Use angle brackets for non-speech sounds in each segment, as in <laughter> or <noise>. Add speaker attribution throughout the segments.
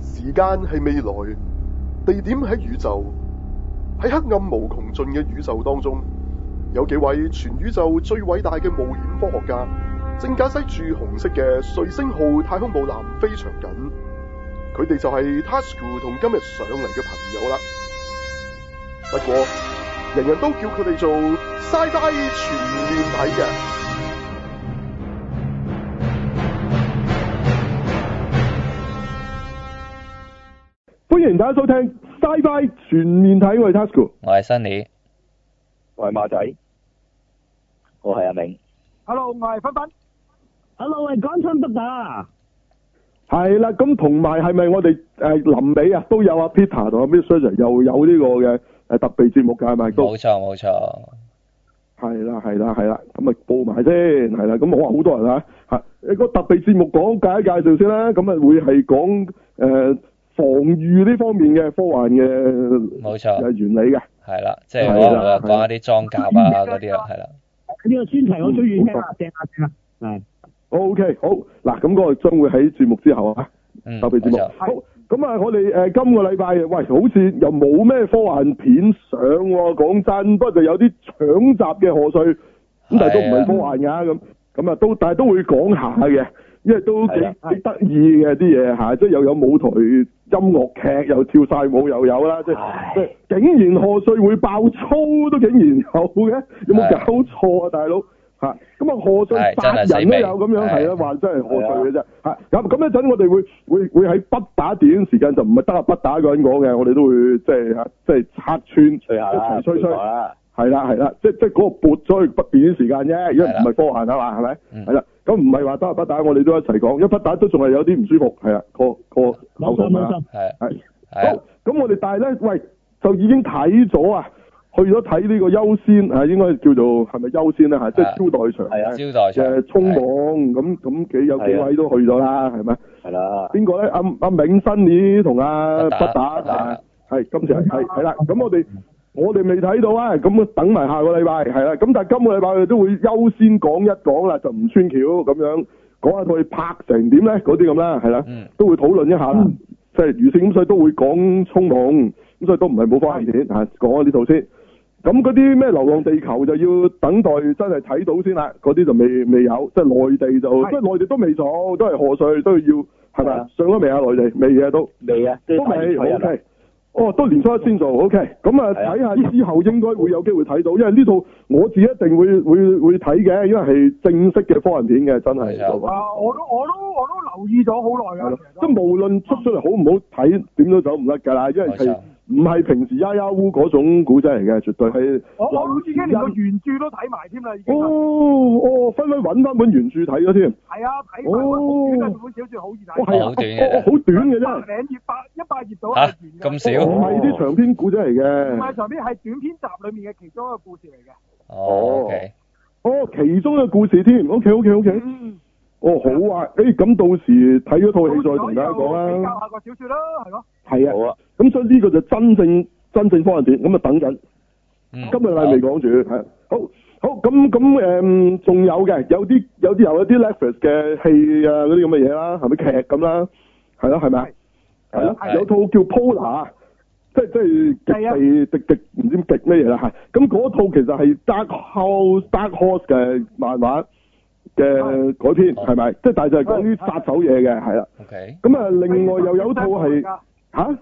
Speaker 1: 時間係未來，地點喺宇宙，喺黑暗無窮盡嘅宇宙當中，有幾位全宇宙最偉大嘅冒險科學家，正駕駛住紅色嘅瑞星號太空母艦非常緊。佢哋就係 Tasuku 同今日上嚟嘅朋友啦。不過，人人都叫佢哋做 Sci-Fi 全面睇嘅。
Speaker 2: 欢迎大家收聽《Sci-Fi 全面睇》，我係 Tasco。
Speaker 3: 我系 Sunny，
Speaker 4: 我係馬仔，我係阿明。
Speaker 5: Hello，我係芬芬。
Speaker 6: Hello，我係港產不打。
Speaker 2: 係啦，咁同埋係咪我哋诶臨尾啊都有阿 Peter 同阿 Miss s u r 又有呢個嘅诶特備節目㗎係咪？都
Speaker 3: 冇錯冇錯，
Speaker 2: 係啦係啦係啦，咁咪報埋先係啦。咁我話好多人啊吓，誒個特備節目講解介紹先啦。咁啊會係講诶防禦呢方面嘅科幻嘅
Speaker 3: 冇
Speaker 2: 嘅
Speaker 3: 錯，
Speaker 2: 原理嘅。
Speaker 3: 係啦，即係
Speaker 2: 係嗯
Speaker 3: 可
Speaker 2: 啦
Speaker 3: 能會講一啲裝甲啊嗰啲啦，係啦，
Speaker 6: 呢個專題我最願聽啊，正啊正啊。係
Speaker 2: O、k 好嗱，咁嗰個將會喺節目之後啊。
Speaker 3: 嗯，
Speaker 2: 特
Speaker 3: 冇
Speaker 2: 別節目。
Speaker 3: 錯，
Speaker 2: 好，咁啊，我哋誒、呃今個禮拜，喂，好似又冇咩科幻片上喎、講真，不過就有啲搶閘嘅賀歲，咁但
Speaker 3: 啊
Speaker 2: 係都唔係科幻㗎，咁咁啊都，但係都會講下嘅，因為都幾
Speaker 4: 係啊
Speaker 2: 幾得意嘅啲嘢嚇，即係又有舞台音樂劇，又跳晒舞又有啦，即係
Speaker 4: 唉
Speaker 2: 即係竟然賀歲會爆粗都竟然有嘅，有冇
Speaker 3: 係
Speaker 2: 搞錯啊，大佬？嚇！咁啊，賀歲
Speaker 3: 係真係
Speaker 2: 殺人都
Speaker 3: 死
Speaker 2: 有咁樣，
Speaker 3: 未
Speaker 2: 係啊啦，
Speaker 3: 係
Speaker 2: 話真係賀歲嘅啫。嚇咁咁一陣，我哋會會會喺不打電影時間就唔係得啊不打嗰人講嘅，我哋都會即係嚇即係拆穿
Speaker 4: 吹下啦，
Speaker 2: 一齊吹吹
Speaker 4: 陪我。啦，
Speaker 2: 係啦係啦，即即係嗰個撥追不電影時間啫，因為唔係科幻啊嘛，係咪？
Speaker 3: 嗯
Speaker 2: 係啦，咁唔係話得啊不打，我哋都一齊講，因為不打都仲係有啲唔舒服，係啊，個個口
Speaker 6: 冇錯
Speaker 2: 感
Speaker 6: 冇
Speaker 2: 啦。
Speaker 6: 錯，
Speaker 3: 係啊
Speaker 2: 係
Speaker 3: 係
Speaker 4: 啊
Speaker 2: 好，咁我哋但係咧，喂，就已經睇咗啊，去咗睇呢個優先啊，應該叫做係咪優先啦嚇，即係
Speaker 3: 啊
Speaker 2: 招待場
Speaker 4: 係啊
Speaker 3: 招待場
Speaker 2: 嘅衝浪，咁咁幾有幾
Speaker 4: 係啊
Speaker 2: 位都去咗啦，係咪？
Speaker 4: 係啦，
Speaker 2: 邊個咧？阿阿銘新年同阿
Speaker 3: 不
Speaker 2: 不
Speaker 3: 打
Speaker 2: 打
Speaker 3: 不打
Speaker 2: 啊，係今次係係係啦。咁我哋我哋未睇到啊，咁等埋下個禮拜係啦。咁但係今個禮拜我哋都會優先講一講啦，就唔穿橋咁樣講下佢拍成點咧，嗰啲咁啦，係啦
Speaker 3: 嗯，
Speaker 2: 都會討論一下啦。即係預先咁，所以都會講衝浪，咁所以都唔係冇花錢啊，講下呢套先。咁嗰啲咩流浪地球就要等待真係睇到先啦，嗰啲就未未有，即係內地就即係內地都未做，都係賀歲都要係
Speaker 4: 係
Speaker 2: 咪
Speaker 4: 啊
Speaker 2: 上咗未啊？內地未嘢都
Speaker 4: 未啊，都
Speaker 2: 都
Speaker 4: 大
Speaker 2: 未
Speaker 4: 年初一啊
Speaker 2: OK。哦，都年初一先做，OK。咁啊，
Speaker 4: 係啊
Speaker 2: 睇下之後應該會有機會睇到，因為呢套我自己一定會會會睇嘅，因為係正式嘅科幻片嘅，真係
Speaker 3: 係啊
Speaker 2: 我覺得
Speaker 5: 啊，我都我都我都留意咗好耐
Speaker 2: 係
Speaker 5: 㗎
Speaker 2: 咯
Speaker 5: 其實，
Speaker 2: 即
Speaker 5: 都。
Speaker 2: 係無論出出嚟好唔好睇，點都走唔甩㗎啦，因為
Speaker 3: 冇
Speaker 2: 係
Speaker 3: 錯，
Speaker 2: 唔係平時呀呀烏嗰種古仔嚟嘅，絕對係。
Speaker 5: 我我好似已經連個原著都睇埋添啦，已經
Speaker 2: 哦
Speaker 5: 係。
Speaker 2: 哦，分分揾翻本原著睇咗添，
Speaker 5: 係啊，睇埋本小説，本小説好易
Speaker 2: 哇
Speaker 5: 睇。
Speaker 2: 係啊，
Speaker 3: 好短嘅啫
Speaker 2: 哦哦好短嘅
Speaker 5: 百
Speaker 2: 啫，
Speaker 5: 零頁百一百頁到
Speaker 3: 嚇
Speaker 5: 係完
Speaker 3: 咁少
Speaker 5: 㗎。
Speaker 2: 唔係啲長篇古仔嚟
Speaker 5: 唔
Speaker 2: 嘅
Speaker 5: 係。上邊係短篇集裡面嘅其中一個故事嚟嘅。
Speaker 3: 哦，OK，
Speaker 2: 哦，其中嘅故事添，OK OK OK，
Speaker 5: 嗯，
Speaker 2: 哦好啊，誒咁到時睇咗套戲再同大家講啊
Speaker 5: 比
Speaker 2: 啦，
Speaker 5: 較下個小説啦，係咯。
Speaker 2: 係
Speaker 4: 好
Speaker 2: 啊，
Speaker 4: 啊，
Speaker 2: 咁所以呢個就真正真正科幻片，咁啊等緊，
Speaker 3: 嗯，
Speaker 2: 今日禮未
Speaker 3: 好
Speaker 2: 講住，係好好咁咁誒，仲有嘅，有啲有啲有一啲 Netflix 嘅戲啊嗰啲咁嘅嘢啦，係咪劇咁啦，係啦係咪啊？係咯，
Speaker 3: 係
Speaker 2: 有套叫 Polar，即係即
Speaker 5: 係啊
Speaker 2: 係極地極極唔知極咩嘢啦嚇。咁嗰套其實係 Dark Horse Dark Horse 嘅漫畫嘅改編，係咪？即係但係就係講啲殺手嘢嘅，係啦。
Speaker 3: ，OK，
Speaker 2: 咁啊，另外又有套係嚇，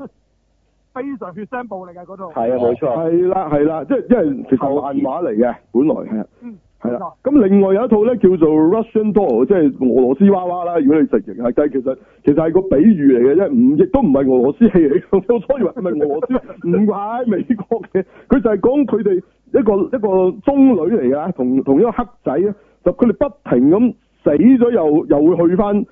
Speaker 5: 非常血腥暴力㗎嗰套。
Speaker 4: 係啊，冇錯，
Speaker 2: 係啦係啦，即係因為其實漫畫嚟嘅，本來係啊。
Speaker 5: 嗯，
Speaker 2: 係啦，咁另外有一套咧叫做 Russian Doll，即係俄羅斯娃娃啦。如果你直譯係，但係其實其實係個比喻嚟嘅啫，唔亦都唔係俄羅斯戲嚟嘅。我初以為係咪俄羅斯， <laughs> 唔係美國嘅。佢就係講佢哋一個一個中女嚟㗎，同同一個黑仔啊，就佢哋不停咁死咗又又會去翻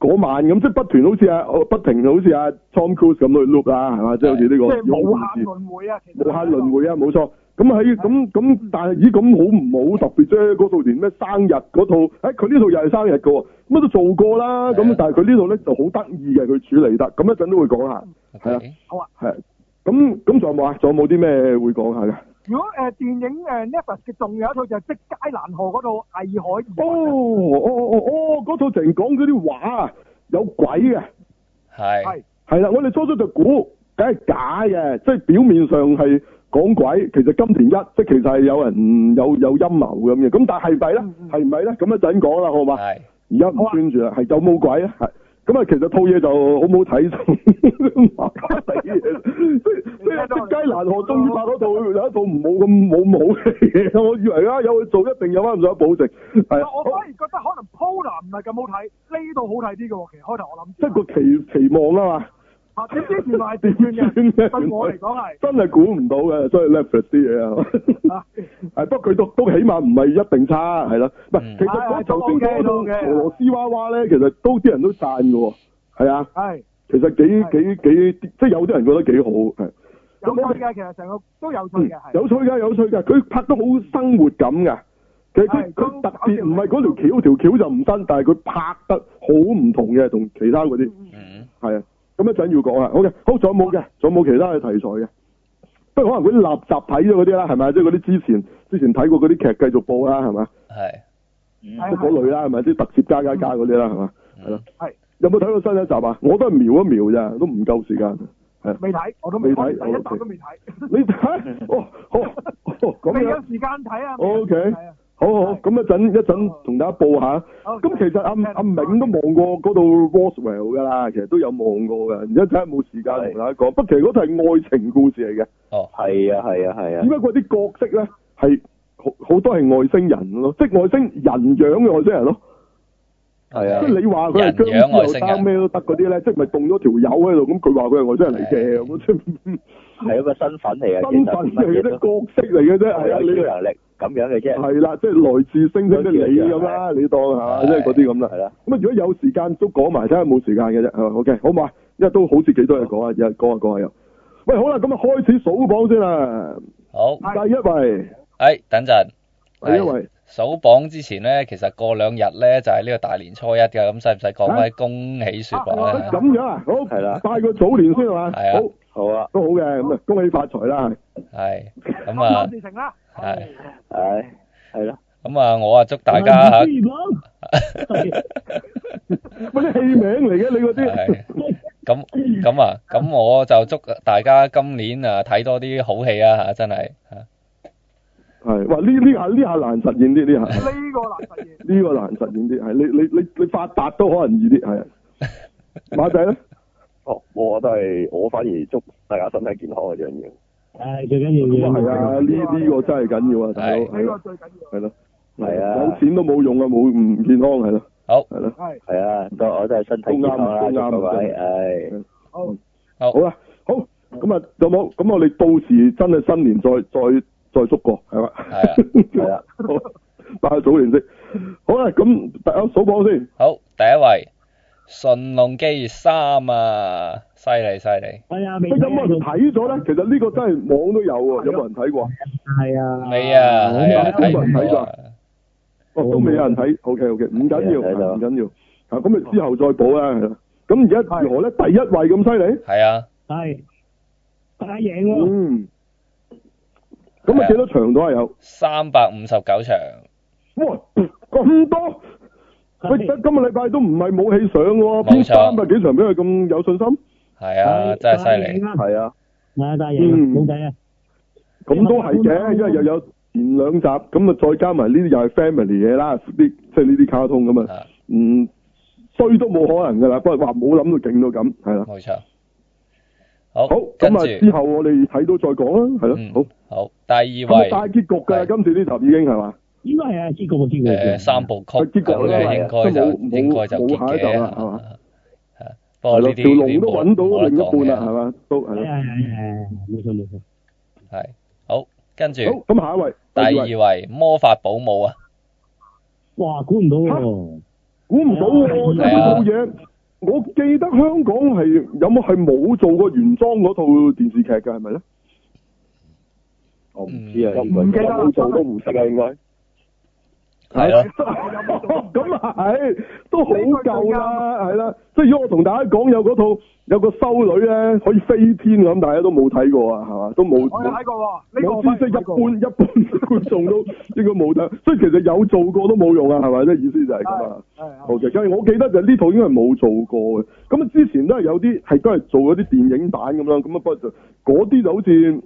Speaker 2: 嗰晚咁，即係不斷好似啊，不停好似啊 Tom Cruise 咁去 loop 啦，係嘛？即係好似呢
Speaker 5: 即
Speaker 2: 個
Speaker 5: 係無限
Speaker 2: 勇士
Speaker 5: 輪迴啊！其實
Speaker 2: 無限輪迴啊，冇錯。咁喺咁咁，但係咦咁好唔好特別啫？嗰套連咩生日嗰套，誒佢呢套又係生日嘅喎，乜都做過啦。
Speaker 3: 係
Speaker 2: 咁
Speaker 3: 啊
Speaker 2: 但係佢呢度咧就好得意嘅，佢處理得。咁一陣都會講下，係啊啦
Speaker 3: ，OK，
Speaker 2: 係。咁咁仲有冇啊？仲有冇啲咩會講下㗎？
Speaker 5: 如果誒電影誒 Netflix 嘅仲有一套就係《即街難河》嗰套《藝海疑
Speaker 2: 哦
Speaker 5: 雲》啊。
Speaker 2: 哦哦哦，嗰套成講嗰啲畫啊，有鬼嘅，
Speaker 3: 係
Speaker 5: 係，
Speaker 2: 係啦，我哋初初就估，梗係假嘅，即係表面上係講鬼，其實金田一即係其實係有人有有陰謀咁嘅，咁但係咪咧
Speaker 5: 嗯嗯？
Speaker 2: 係咪咧？咁一陣講啦，好嘛？
Speaker 3: 係
Speaker 2: 而家唔專注啦，係有冇鬼啊？係咁啊，其實套嘢就好唔好睇就麻麻地嘅，即係即係即雞難河終於拍咗套有一套唔冇咁冇冇嘅嘢，我以為啊有去做一定有翻咁上下保證，係啊
Speaker 5: 我反而覺得可能 Polar 唔係咁好睇，呢度好睇啲嘅喎。其實開頭我諗
Speaker 2: 即係個期期望啊嘛，
Speaker 5: 啊，點知原來係調轉
Speaker 2: 點轉嘅
Speaker 5: 嘅，對我嚟講係
Speaker 2: 真係估唔到嘅，所以 Netflix 啲嘢啊
Speaker 5: 啊，
Speaker 2: 係不過佢都都起碼唔係一定差，係啦，唔係
Speaker 3: 嗯
Speaker 2: 其實嗰
Speaker 5: 係係
Speaker 2: 頭先講到
Speaker 5: 都 OK，都 OK
Speaker 2: 俄羅斯娃娃咧，其實都啲人都讚嘅喎，係啊，
Speaker 5: 係
Speaker 2: 其實幾幾幾即係有啲人覺得幾好係。
Speaker 5: 有趣嘅，其實成個都有趣
Speaker 2: 嗯
Speaker 5: 嘅，啊係
Speaker 2: 有趣㗎，有趣㗎，佢拍得好生活感噶。其實佢
Speaker 5: 係都
Speaker 2: 佢特
Speaker 5: 搞
Speaker 2: 別
Speaker 5: 笑
Speaker 2: 唔係嗰條橋，條橋就唔新，但係佢拍得好唔同嘅，同其他嗰啲
Speaker 3: 嗯
Speaker 2: 係啊。咁一陣要講啊。好嘅，好，仲有冇嘅？仲有冇其他嘅題材嘅？不過可能嗰啲垃圾睇咗嗰啲啦，係咪？即係嗰啲之前之前睇過嗰啲劇繼續播啦，係咪？
Speaker 3: 係
Speaker 5: 係
Speaker 4: 嗯
Speaker 2: 即係嗰類啦，係咪？即係特攝加加加嗰啲啦，係咪？係咯
Speaker 3: 嗯。
Speaker 2: 有冇睇過新一集啊？我都係瞄一瞄咋，都唔夠時
Speaker 5: <laughs>
Speaker 2: 間。
Speaker 5: 未睇，我都未
Speaker 2: 未
Speaker 5: 睇，
Speaker 2: 睇哦，OK
Speaker 5: 第一集都未睇，
Speaker 2: 你睇？哦，好，哦咁
Speaker 5: 未
Speaker 2: 樣
Speaker 5: 有。時間睇啊。
Speaker 2: O K，
Speaker 5: 係啊
Speaker 2: 好好，咁一陣一陣同大家報下。
Speaker 5: 好
Speaker 2: 咁其實阿
Speaker 5: 聽
Speaker 2: 阿明都望過嗰度 Roswell 㗎啦，其實都有望過㗎。而家睇下冇時間
Speaker 4: 係
Speaker 2: 同大家講。不過其實嗰套係愛情故事嚟嘅，
Speaker 3: 哦
Speaker 4: 係啊係啊係
Speaker 2: 點
Speaker 4: 啊，
Speaker 2: 解嗰啲角色咧係好好多係外星人咯，即係外星人樣嘅外星人咯。
Speaker 4: 係啊
Speaker 2: 即係 <laughs> 你話佢係
Speaker 3: 人樣外
Speaker 2: 僵屍
Speaker 3: 星人
Speaker 2: 又生咩都得嗰啲咧，即係咪動咗條友喺度咁？佢話佢係外星人
Speaker 3: <laughs>
Speaker 2: 嚟嘅咁，即係
Speaker 4: 係一個身份嚟嘅，
Speaker 2: 身份嚟嘅啫，角色嚟嘅啫，係啊，
Speaker 4: 係
Speaker 2: 你
Speaker 4: 有超能力咁樣嘅啫，
Speaker 2: 係啦，即係來自星星的你咁啦，你當下即係嗰啲咁啦。
Speaker 4: 係啦，
Speaker 2: 咁啊，如果有時間都講埋，睇下有冇時間嘅啫，係嘛？OK，好唔好啊？因為都好似幾多嘢講啊，日講下講下又。喂，好啦，咁啊開始數榜先啦。
Speaker 3: 好，
Speaker 5: 係
Speaker 2: 第一位，
Speaker 3: 誒等陣。
Speaker 2: 第一位，
Speaker 3: 數榜之前咧，其實過兩日咧就係呢個大年初一㗎，咁使唔使講翻恭喜説話
Speaker 5: 啊
Speaker 3: 咧？
Speaker 2: 咁樣啊啊，好，
Speaker 4: 係啦
Speaker 2: 拜個早年先係嘛？
Speaker 3: 係啊
Speaker 2: 好，
Speaker 4: 好啊，
Speaker 2: 都好嘅，咁啊，恭喜發財啦。
Speaker 3: 係咁
Speaker 5: 咁
Speaker 3: 啊
Speaker 5: 事，情啦，
Speaker 3: 係
Speaker 4: 唉，係咯，
Speaker 3: 咁啊，我啊祝大家
Speaker 2: <laughs>
Speaker 3: 嚇
Speaker 6: 唔知，如果
Speaker 2: 喂，啲戲名嚟嘅，你嗰啲
Speaker 3: 係 <laughs> 咁咁啊，咁我就祝大家今年啊睇多啲好戲啊嚇，真係嚇
Speaker 2: 係，哇！呢呢下呢下難實現啲，呢下
Speaker 5: 呢個難實現。
Speaker 2: 呢個難實現啲，係你你你你發達都可能易啲，
Speaker 3: <laughs>
Speaker 2: 係。馬仔咧？
Speaker 4: 哦，我都係我反而祝大家身體健康嘅最緊要。
Speaker 6: 唉，最緊
Speaker 2: 咁啊
Speaker 6: 要
Speaker 2: 係
Speaker 6: 嘅。
Speaker 2: 啊，呢呢個真係緊要啊，大佬
Speaker 3: 係
Speaker 5: 呢
Speaker 2: 係
Speaker 5: 個
Speaker 2: 咯
Speaker 5: 最緊要
Speaker 2: 係咯，
Speaker 4: 係啊
Speaker 2: 有錢都冇用啊，冇唔健康係咯
Speaker 3: 好
Speaker 2: 係咯，
Speaker 5: 係
Speaker 4: 係啊，都我都係啊身體健康啦，
Speaker 2: 都啱
Speaker 4: 祝各
Speaker 2: 都
Speaker 4: 位，
Speaker 2: 啱
Speaker 4: 唉，
Speaker 5: 好
Speaker 3: 好
Speaker 2: 好啦，好咁啊有冇？咁我哋到時真係新年再再再捉過係嘛？ <laughs>
Speaker 3: 係啊
Speaker 4: 係啦，
Speaker 2: 好，拜個早年先。好啦，咁大家數榜先，
Speaker 3: 好，第一位順龍記三啊，犀利犀利，
Speaker 6: 係啊，
Speaker 2: 喂
Speaker 6: 未
Speaker 2: 有冇人
Speaker 6: 睇啊
Speaker 2: 睇咗咧？其實呢個真係網都有喎，有冇人睇過啊？
Speaker 6: 係啊，
Speaker 3: 未啊係啊
Speaker 2: 我
Speaker 3: 睇
Speaker 2: 冇
Speaker 3: 唔
Speaker 2: 睇
Speaker 3: 到
Speaker 2: 過
Speaker 3: 啊，
Speaker 2: 哦，都未有人睇，OK OK，唔緊要，
Speaker 4: 有
Speaker 2: 係
Speaker 4: 人睇
Speaker 2: 啊
Speaker 4: 到
Speaker 2: 唔緊要，啊咁咪之後再補啦，係啦。咁而家如何咧？第一位咁犀利？
Speaker 3: 係啊，
Speaker 6: 係大贏喎，
Speaker 2: 嗯，咁
Speaker 3: 係
Speaker 2: 啊
Speaker 3: 啊
Speaker 2: 幾多場都係有，
Speaker 3: 三百五十九場，
Speaker 2: 哇咁多！喂，今
Speaker 6: 係
Speaker 2: 今個禮拜都唔係冇戲上喎，
Speaker 3: 冇
Speaker 2: 邊
Speaker 3: 錯
Speaker 2: 三百幾場俾佢咁有信心？
Speaker 3: 係啊，
Speaker 2: 哎
Speaker 6: 係
Speaker 3: 真係犀利，
Speaker 6: 大贏啊
Speaker 4: 係啊，
Speaker 6: 係啊，大贏啊，
Speaker 2: 嗯
Speaker 6: 冇計啊，
Speaker 2: 咁都係嘅，
Speaker 6: 嗯
Speaker 2: 因為又有前兩集，咁啊再加埋呢啲又係 family 嘢啦，啲即係呢啲卡通咁啊，
Speaker 3: 啊
Speaker 2: 嗯，衰都冇可能㗎啦，不過話冇諗到勁到咁，係啦。
Speaker 3: 冇錯，好
Speaker 2: 好，
Speaker 3: 跟
Speaker 2: 咁啊之
Speaker 3: 住
Speaker 2: 後我哋睇到再講啦，係
Speaker 3: 嗯
Speaker 2: 咯，好。
Speaker 3: 好，第二
Speaker 2: 咁啊
Speaker 3: 位
Speaker 2: 大結局㗎啦，
Speaker 3: 係
Speaker 2: 今次呢集已經係嘛？
Speaker 6: 應該係啊，知個個知個
Speaker 3: 誒三部曲
Speaker 2: 啊結局
Speaker 3: 咁
Speaker 2: 啦
Speaker 3: 嘅應該
Speaker 2: 都
Speaker 3: 就
Speaker 2: 冇冇
Speaker 3: 應該就
Speaker 2: 冇
Speaker 3: 結
Speaker 2: 下一集
Speaker 3: 嘅，
Speaker 2: 啦係嘛
Speaker 3: 啊啊不
Speaker 2: 係
Speaker 3: 過呢
Speaker 2: 咯，
Speaker 3: 啲
Speaker 2: 條龍都
Speaker 3: 呢啲
Speaker 2: 揾
Speaker 3: 冇
Speaker 2: 到
Speaker 3: 得
Speaker 2: 另
Speaker 3: 講
Speaker 2: 一半啦，係
Speaker 3: 嘅，
Speaker 2: 嘛？都係
Speaker 6: 係
Speaker 2: 咯。
Speaker 6: 啊係啊，冇錯冇錯，
Speaker 3: 係好，跟住
Speaker 2: 好，咁下一位，
Speaker 3: 第
Speaker 2: 第二位，
Speaker 3: 二位魔法保姆啊，
Speaker 6: 哇，估唔到喎，
Speaker 2: 估唔到
Speaker 6: 嗯
Speaker 2: 喎，
Speaker 3: 係啊
Speaker 2: 呢套嘢，我記得香港係有冇係冇做過原裝嗰套電視劇㗎，係咪咧？
Speaker 4: 我唔知啊，呢個
Speaker 5: 唔記得啦
Speaker 4: 有冇做都唔識啊，應該
Speaker 3: 係咯，
Speaker 2: <laughs> 咁啊係，都好夠啦，係啦。即係如果我同大家講有嗰套有個修女咧可以飛天咁，大家都冇睇過啊，係嘛？都冇。
Speaker 5: 我有睇過喎，呢個
Speaker 2: 有
Speaker 5: 我
Speaker 2: 知
Speaker 5: 反而
Speaker 2: 識一
Speaker 5: 睇過
Speaker 2: 般一般觀眾都應該冇睇，所以其實有做過都冇用啊，係咪？即係意思就係咁啊。
Speaker 5: 係係
Speaker 2: 好嘅，因為我記得就呢套應該係冇做過嘅。咁啊，之前都係有啲係都係做嗰啲電影版咁樣，咁啊不過就嗰啲就好似，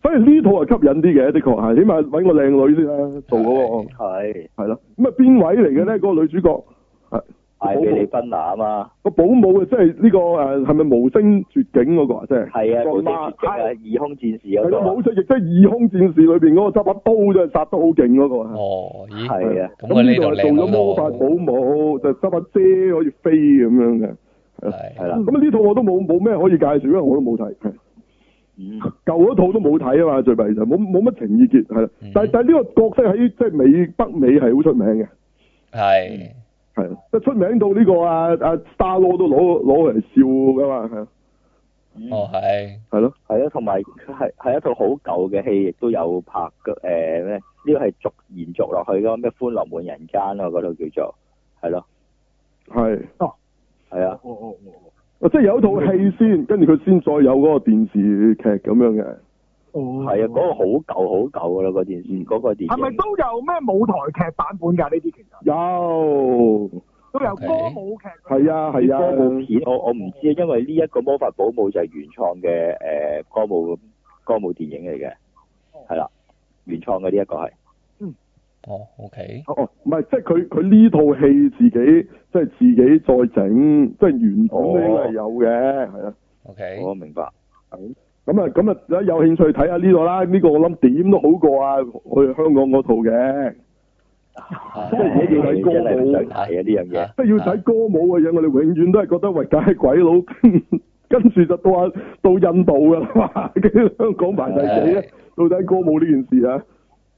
Speaker 2: 反而呢套係吸引啲嘅，的確係，起碼揾個靚女先啦，做嗰、
Speaker 4: 係
Speaker 2: 個係咯。咁啊邊位嚟嘅咧？
Speaker 4: 嗯
Speaker 2: 嗰、個女主角係
Speaker 4: 艾比利賓娜啊嘛，
Speaker 2: 個保姆啊，即係呢個誒係咪無聲絕境嗰個啊？即係
Speaker 4: 係啊，
Speaker 2: 個
Speaker 4: 無敵
Speaker 2: 媽
Speaker 4: 絕境啊，異空戰士
Speaker 2: 係
Speaker 4: 嗰啊
Speaker 2: 咯，
Speaker 4: 個
Speaker 2: 冇錯，亦即係《異空戰士》裏邊嗰個執把刀真係殺得好勁嗰個啊。
Speaker 3: 哦，咦，
Speaker 4: 係啊，
Speaker 3: 咁佢呢度
Speaker 2: 就
Speaker 3: 靚
Speaker 2: 做咗
Speaker 3: 好
Speaker 2: 魔法保
Speaker 3: 多
Speaker 2: 姆，就執把遮可以飛咁樣嘅。
Speaker 3: 喎，
Speaker 4: 係
Speaker 3: 係
Speaker 4: 啦，
Speaker 2: 咁呢套我都冇冇咩可以介紹，因為我都冇睇。係
Speaker 4: 嗯，
Speaker 2: 舊嗰套都冇睇啊嘛，最弊就冇冇乜情意結係啦
Speaker 3: 嗯。
Speaker 2: 但係但係呢個角色喺即係美北美係好出名嘅，
Speaker 3: 係
Speaker 2: 係啦即係出名到呢個啊啊 Star Lord 都攞攞嚟笑噶嘛，係啊
Speaker 4: Ừ.
Speaker 3: 哦係，
Speaker 2: 係咯，
Speaker 4: 嗯係啊，同埋佢係係一套好舊嘅戲，亦都有拍嘅誒咩？呢個係續延續落去嘅咩？歡樂滿人間啊，嗰套叫做係咯，
Speaker 2: 係
Speaker 4: 係
Speaker 5: 哦
Speaker 4: 啊，
Speaker 2: 啊即係有一套戲先，跟住佢先再有嗰個電視劇咁樣嘅。嗯
Speaker 4: 係啊，嗰個好舊好舊㗎啦，嗰件事，嗰個電
Speaker 5: 哦係咪
Speaker 4: 影
Speaker 5: 都有咩舞台劇版本㗎？呢啲其實
Speaker 2: 有
Speaker 5: 都有
Speaker 3: OK
Speaker 5: 歌舞劇。
Speaker 2: 係啊係啊，
Speaker 4: 歌舞片，我我唔知啊，因為呢一個魔法保姆就係原創嘅誒歌舞歌舞電影嚟嘅，
Speaker 2: 哦
Speaker 4: 係啦，原創嘅呢一個係。
Speaker 3: 哦 OK，
Speaker 2: 哦，唔係，即係佢佢呢套戲自己即係自己再整，即係原本都應該係有嘅，係啊。
Speaker 3: OK，
Speaker 4: 我明白。
Speaker 2: 咁啊咁啊，有興趣睇下呢個啦，呢個我諗點都好過啊，我哋香港嗰套嘅，係如果要睇歌舞
Speaker 4: 真係真係唔想睇啊呢樣嘢。
Speaker 2: 即 <laughs> 係要睇歌舞嘅嘢，我哋永遠都係覺得喂，梗係鬼佬， <laughs> 跟住就到啊到印度㗎啦嘛， <laughs> 跟住香港排第幾啊？到底歌舞呢件事啊，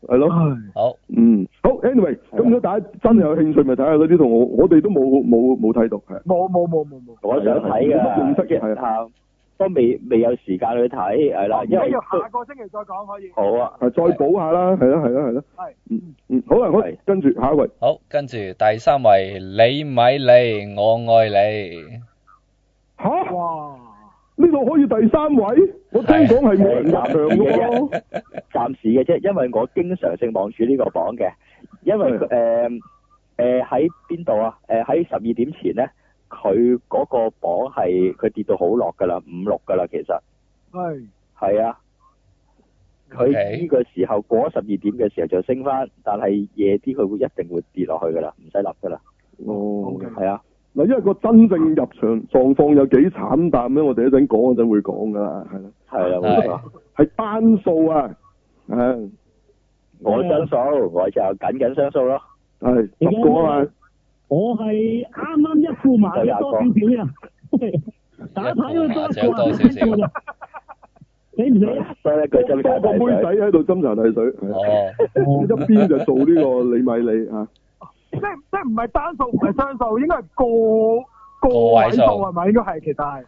Speaker 2: 係咯。
Speaker 3: 好
Speaker 2: 嗯，好，anyway，咁如果大家真係有興趣，咪睇下嗰啲同我我哋都冇冇冇睇到，係
Speaker 5: 冇冇冇冇冇，
Speaker 4: 我想睇
Speaker 2: 認
Speaker 4: 㗎，
Speaker 2: 識嘅係
Speaker 4: 啊，不過未未有時間去睇，係啦，因
Speaker 5: 因為
Speaker 4: 為
Speaker 5: 要下個星期再講可以。
Speaker 4: 好啊，
Speaker 2: 係再補下啦，係啦，係啦，係啦，
Speaker 5: 係
Speaker 2: 嗯嗯，好啦，我
Speaker 4: 係
Speaker 2: 跟住下一位，
Speaker 3: 好，跟住第三位，你咪理我愛你，
Speaker 2: 吓
Speaker 5: 哇！
Speaker 2: 呢度可以第三位，我聽講係冇人入場嘅喎，
Speaker 4: 暫時嘅啫，因為我經常性望住呢個榜嘅，因為
Speaker 2: 係
Speaker 4: 誒誒喺邊度啊？誒喺十二點前咧，佢嗰個榜係佢跌到好落㗎啦，五六㗎啦，其實
Speaker 5: 係
Speaker 4: 係啊。佢
Speaker 3: OK
Speaker 4: 呢個時候過咗十二點嘅時候就升翻，但係夜啲佢會一定會跌落去㗎啦，唔使立㗎啦，
Speaker 2: 哦，
Speaker 4: 係啊。
Speaker 2: 嗱，因為個真正入場狀況有幾慘淡咧，我哋一陣講嗰陣會講噶啦，係啦，
Speaker 4: 係啦，冇錯。
Speaker 2: 係單數啊，係
Speaker 4: 我雙數，我就緊緊雙數咯。
Speaker 2: 係十個啊嘛，
Speaker 6: 我係啱啱一副麻雀多少少啊！打牌要多一個啊，一個啊你唔理啊？
Speaker 4: 所以咧，佢
Speaker 2: 多
Speaker 4: 就大
Speaker 2: 多個
Speaker 4: 大
Speaker 2: 妹
Speaker 4: 水。
Speaker 2: 仔喺度斟茶遞水，係啊
Speaker 3: 哦
Speaker 2: 一邊就做呢個李米李啊，
Speaker 5: 即即唔係單數唔係雙數，應該係個個位數係咪？應該係其實係。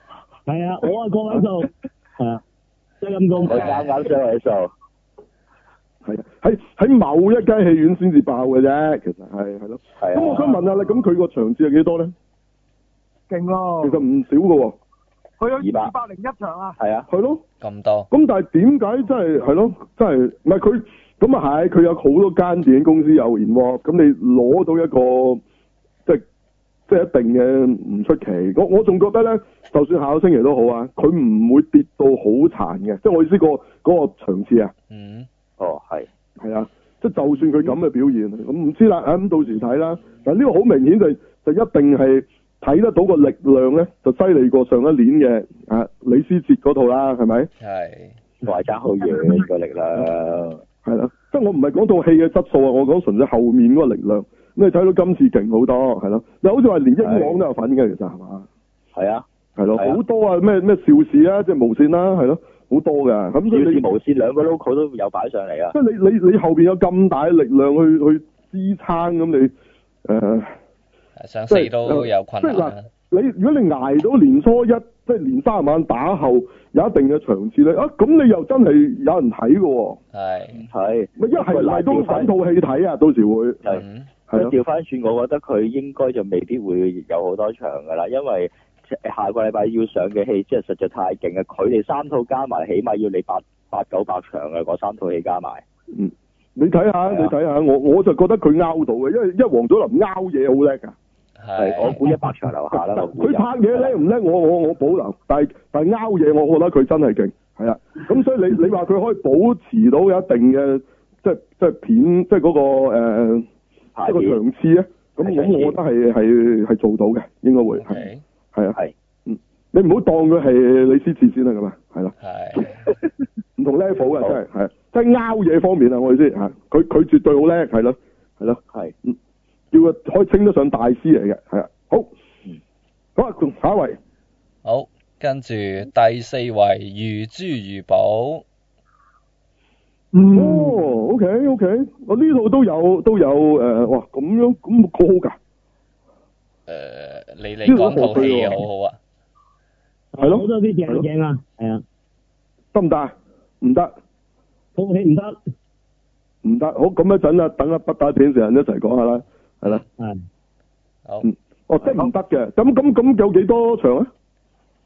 Speaker 6: 係啊，我係個位數，係啊，真係陰公。
Speaker 4: 我啱啱雙位數，
Speaker 2: 係啊喺喺某一間戲院先至爆嘅啫，其實係係咯。
Speaker 4: 係啊。
Speaker 2: 咁我想問下啦，咁佢個場次係幾多咧？
Speaker 5: 勁咯！
Speaker 2: 其實唔少嘅喎，
Speaker 5: 佢有
Speaker 4: 200
Speaker 5: 二百零一場啊！
Speaker 4: 係啊，
Speaker 2: 係咯。
Speaker 3: 咁多，
Speaker 2: 咁但係點解真係係咯？真係唔係佢咁啊？係佢有好多間電影公司有 i n 咁你攞到一個即係即係一定嘅唔出奇。我我仲覺得咧，就算下個星期都好啊，佢唔會跌到好殘嘅。即係我意思個嗰個場次啊，
Speaker 3: 嗯
Speaker 4: 哦係，
Speaker 2: 係啊，即係就算佢咁嘅表現，咁唔知啦，啊咁到時睇啦。但呢個好明顯就就一定係睇得到個力量咧，就犀利過上一年嘅啊李思捷嗰套啦，係咪？
Speaker 3: 係
Speaker 4: 同埋爭好遠個力量。
Speaker 2: 係啦，即係我唔係講套戲嘅質素啊，我講純粹後面嗰個力量。咁你睇到今次勁好多，係咯。又好似話連英皇都有份嘅，其實係嘛？
Speaker 4: 係啊，
Speaker 2: 係咯，
Speaker 4: 係啊
Speaker 2: 好多啊，咩咩邵氏啊，即係無線啦，係咯，好多㗎。咁
Speaker 4: 邵
Speaker 2: 所以你
Speaker 4: 氏無線兩個 logo 都有擺上嚟啊
Speaker 2: 即。係你你你後邊有咁大嘅力量去去支撐咁你誒。呃
Speaker 3: 想死都有困難啊，
Speaker 2: 你如果你捱到年初一即係連三晚打後有一定嘅場次咧，啊咁你又真係有人睇嘅喎，
Speaker 3: 係，
Speaker 4: 係。
Speaker 2: 咪一係唔係都揾套戲睇啊？到時會
Speaker 4: 係
Speaker 3: 嗯，
Speaker 2: 係咯，
Speaker 4: 調翻轉，我覺得佢應該就未必會有好多場㗎啦，因為下個禮拜要上嘅戲真係實在太勁啊！佢哋三套加埋，起碼要你八八九百場啊！嗰三套戲加埋，
Speaker 2: 你睇
Speaker 4: 啊
Speaker 2: 下你睇下，我我就覺得佢拗到嘅，因為因為黃祖藍拗嘢好叻㗎。
Speaker 4: 係我
Speaker 3: 係，
Speaker 4: 估一百場樓下啦，我估
Speaker 2: 佢
Speaker 4: 有
Speaker 2: 拍嘢叻唔叻？我我我保留，但係但係拗嘢，我覺得佢真係勁，係啊。咁所以
Speaker 4: <laughs>
Speaker 2: 你你話佢可以保持到有一定嘅即係即係片，即係嗰、個誒
Speaker 4: 排
Speaker 2: 即係個
Speaker 4: 片
Speaker 2: 場次咧。咁
Speaker 4: 係
Speaker 2: 咁，我覺得係係係做到嘅，應該會係
Speaker 3: OK，
Speaker 2: 係啊。
Speaker 4: 係
Speaker 2: 你唔好當佢係李思治先啦，咁啊，係啦，
Speaker 3: 係，
Speaker 2: 唔同 level 嘅
Speaker 4: 好
Speaker 2: 真係係啊，即係拗嘢方面啊，我意思嚇，佢佢絕對好叻，係咯係咯。
Speaker 4: 係
Speaker 2: 叫佢可以稱得上大師嚟嘅，係啊，好
Speaker 4: 嗯，
Speaker 2: 好啊，同下一位，
Speaker 3: 好，跟住第四位如珠如寶，
Speaker 5: 嗯，
Speaker 2: 哦，OK OK，我呢度都有都有誒、呃哇，咁樣咁好
Speaker 3: 誒，呃你你
Speaker 2: 呢個好
Speaker 3: 講套
Speaker 2: 對
Speaker 3: 戲
Speaker 2: 喎
Speaker 3: 好好啊，
Speaker 2: 係咯
Speaker 6: 好多啲正正啊，係啊，
Speaker 2: 㗎，得唔得啊？唔得
Speaker 6: 套戲唔得，
Speaker 2: 唔得，好咁一陣啦，等阿北打片時人一齊講下啦，係啦，
Speaker 6: 係
Speaker 3: 好，
Speaker 2: 嗯哦，即係唔得嘅，咁咁咁有幾多場啊？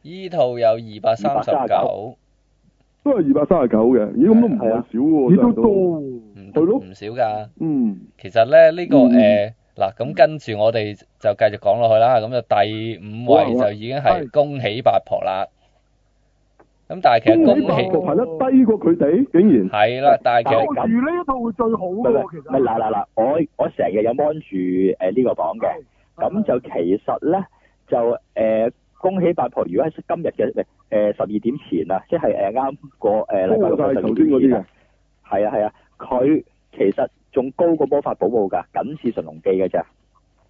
Speaker 3: 依套有二百三十九，
Speaker 2: 都係二百三十九嘅，咦咁都唔係
Speaker 4: 係啊
Speaker 2: 少喎，
Speaker 5: 咦都
Speaker 2: 真係都，
Speaker 5: 多喎。
Speaker 3: 唔
Speaker 2: 係咯
Speaker 3: 唔少㗎。
Speaker 2: 嗯，
Speaker 3: 其實咧呢、個
Speaker 2: 嗯
Speaker 3: 誒嗱咁跟住我哋就繼續講落去啦，咁就第五
Speaker 2: 好啊
Speaker 3: 位
Speaker 2: 好啊
Speaker 3: 就已經係
Speaker 2: 係
Speaker 3: 恭喜八婆啦。咁但係其實
Speaker 2: 恭喜
Speaker 3: 恭
Speaker 2: 八
Speaker 3: 喜
Speaker 2: 婆排得低過佢哋，竟然
Speaker 3: 係啦，但係其實
Speaker 5: 我住呢一套會最好
Speaker 4: 唔係唔
Speaker 5: 嘅喎，其
Speaker 4: 係
Speaker 5: 實
Speaker 4: 唔係嗱嗱嗱，我我成日有 mon 住誒呢個榜嘅。咁就其實咧就誒、呃恭喜八婆，如果喺今日嘅誒十二點前啊，即係誒啱過誒禮拜
Speaker 2: 高
Speaker 4: 六
Speaker 2: 過
Speaker 4: 嘅
Speaker 2: 晒
Speaker 4: 十
Speaker 2: 頭先嗰
Speaker 4: 二點
Speaker 2: 啲
Speaker 4: 前
Speaker 2: 嘅
Speaker 4: 啊，，係啊係啊，佢其實仲高過魔法寶寶㗎，僅次神龍記㗎咋，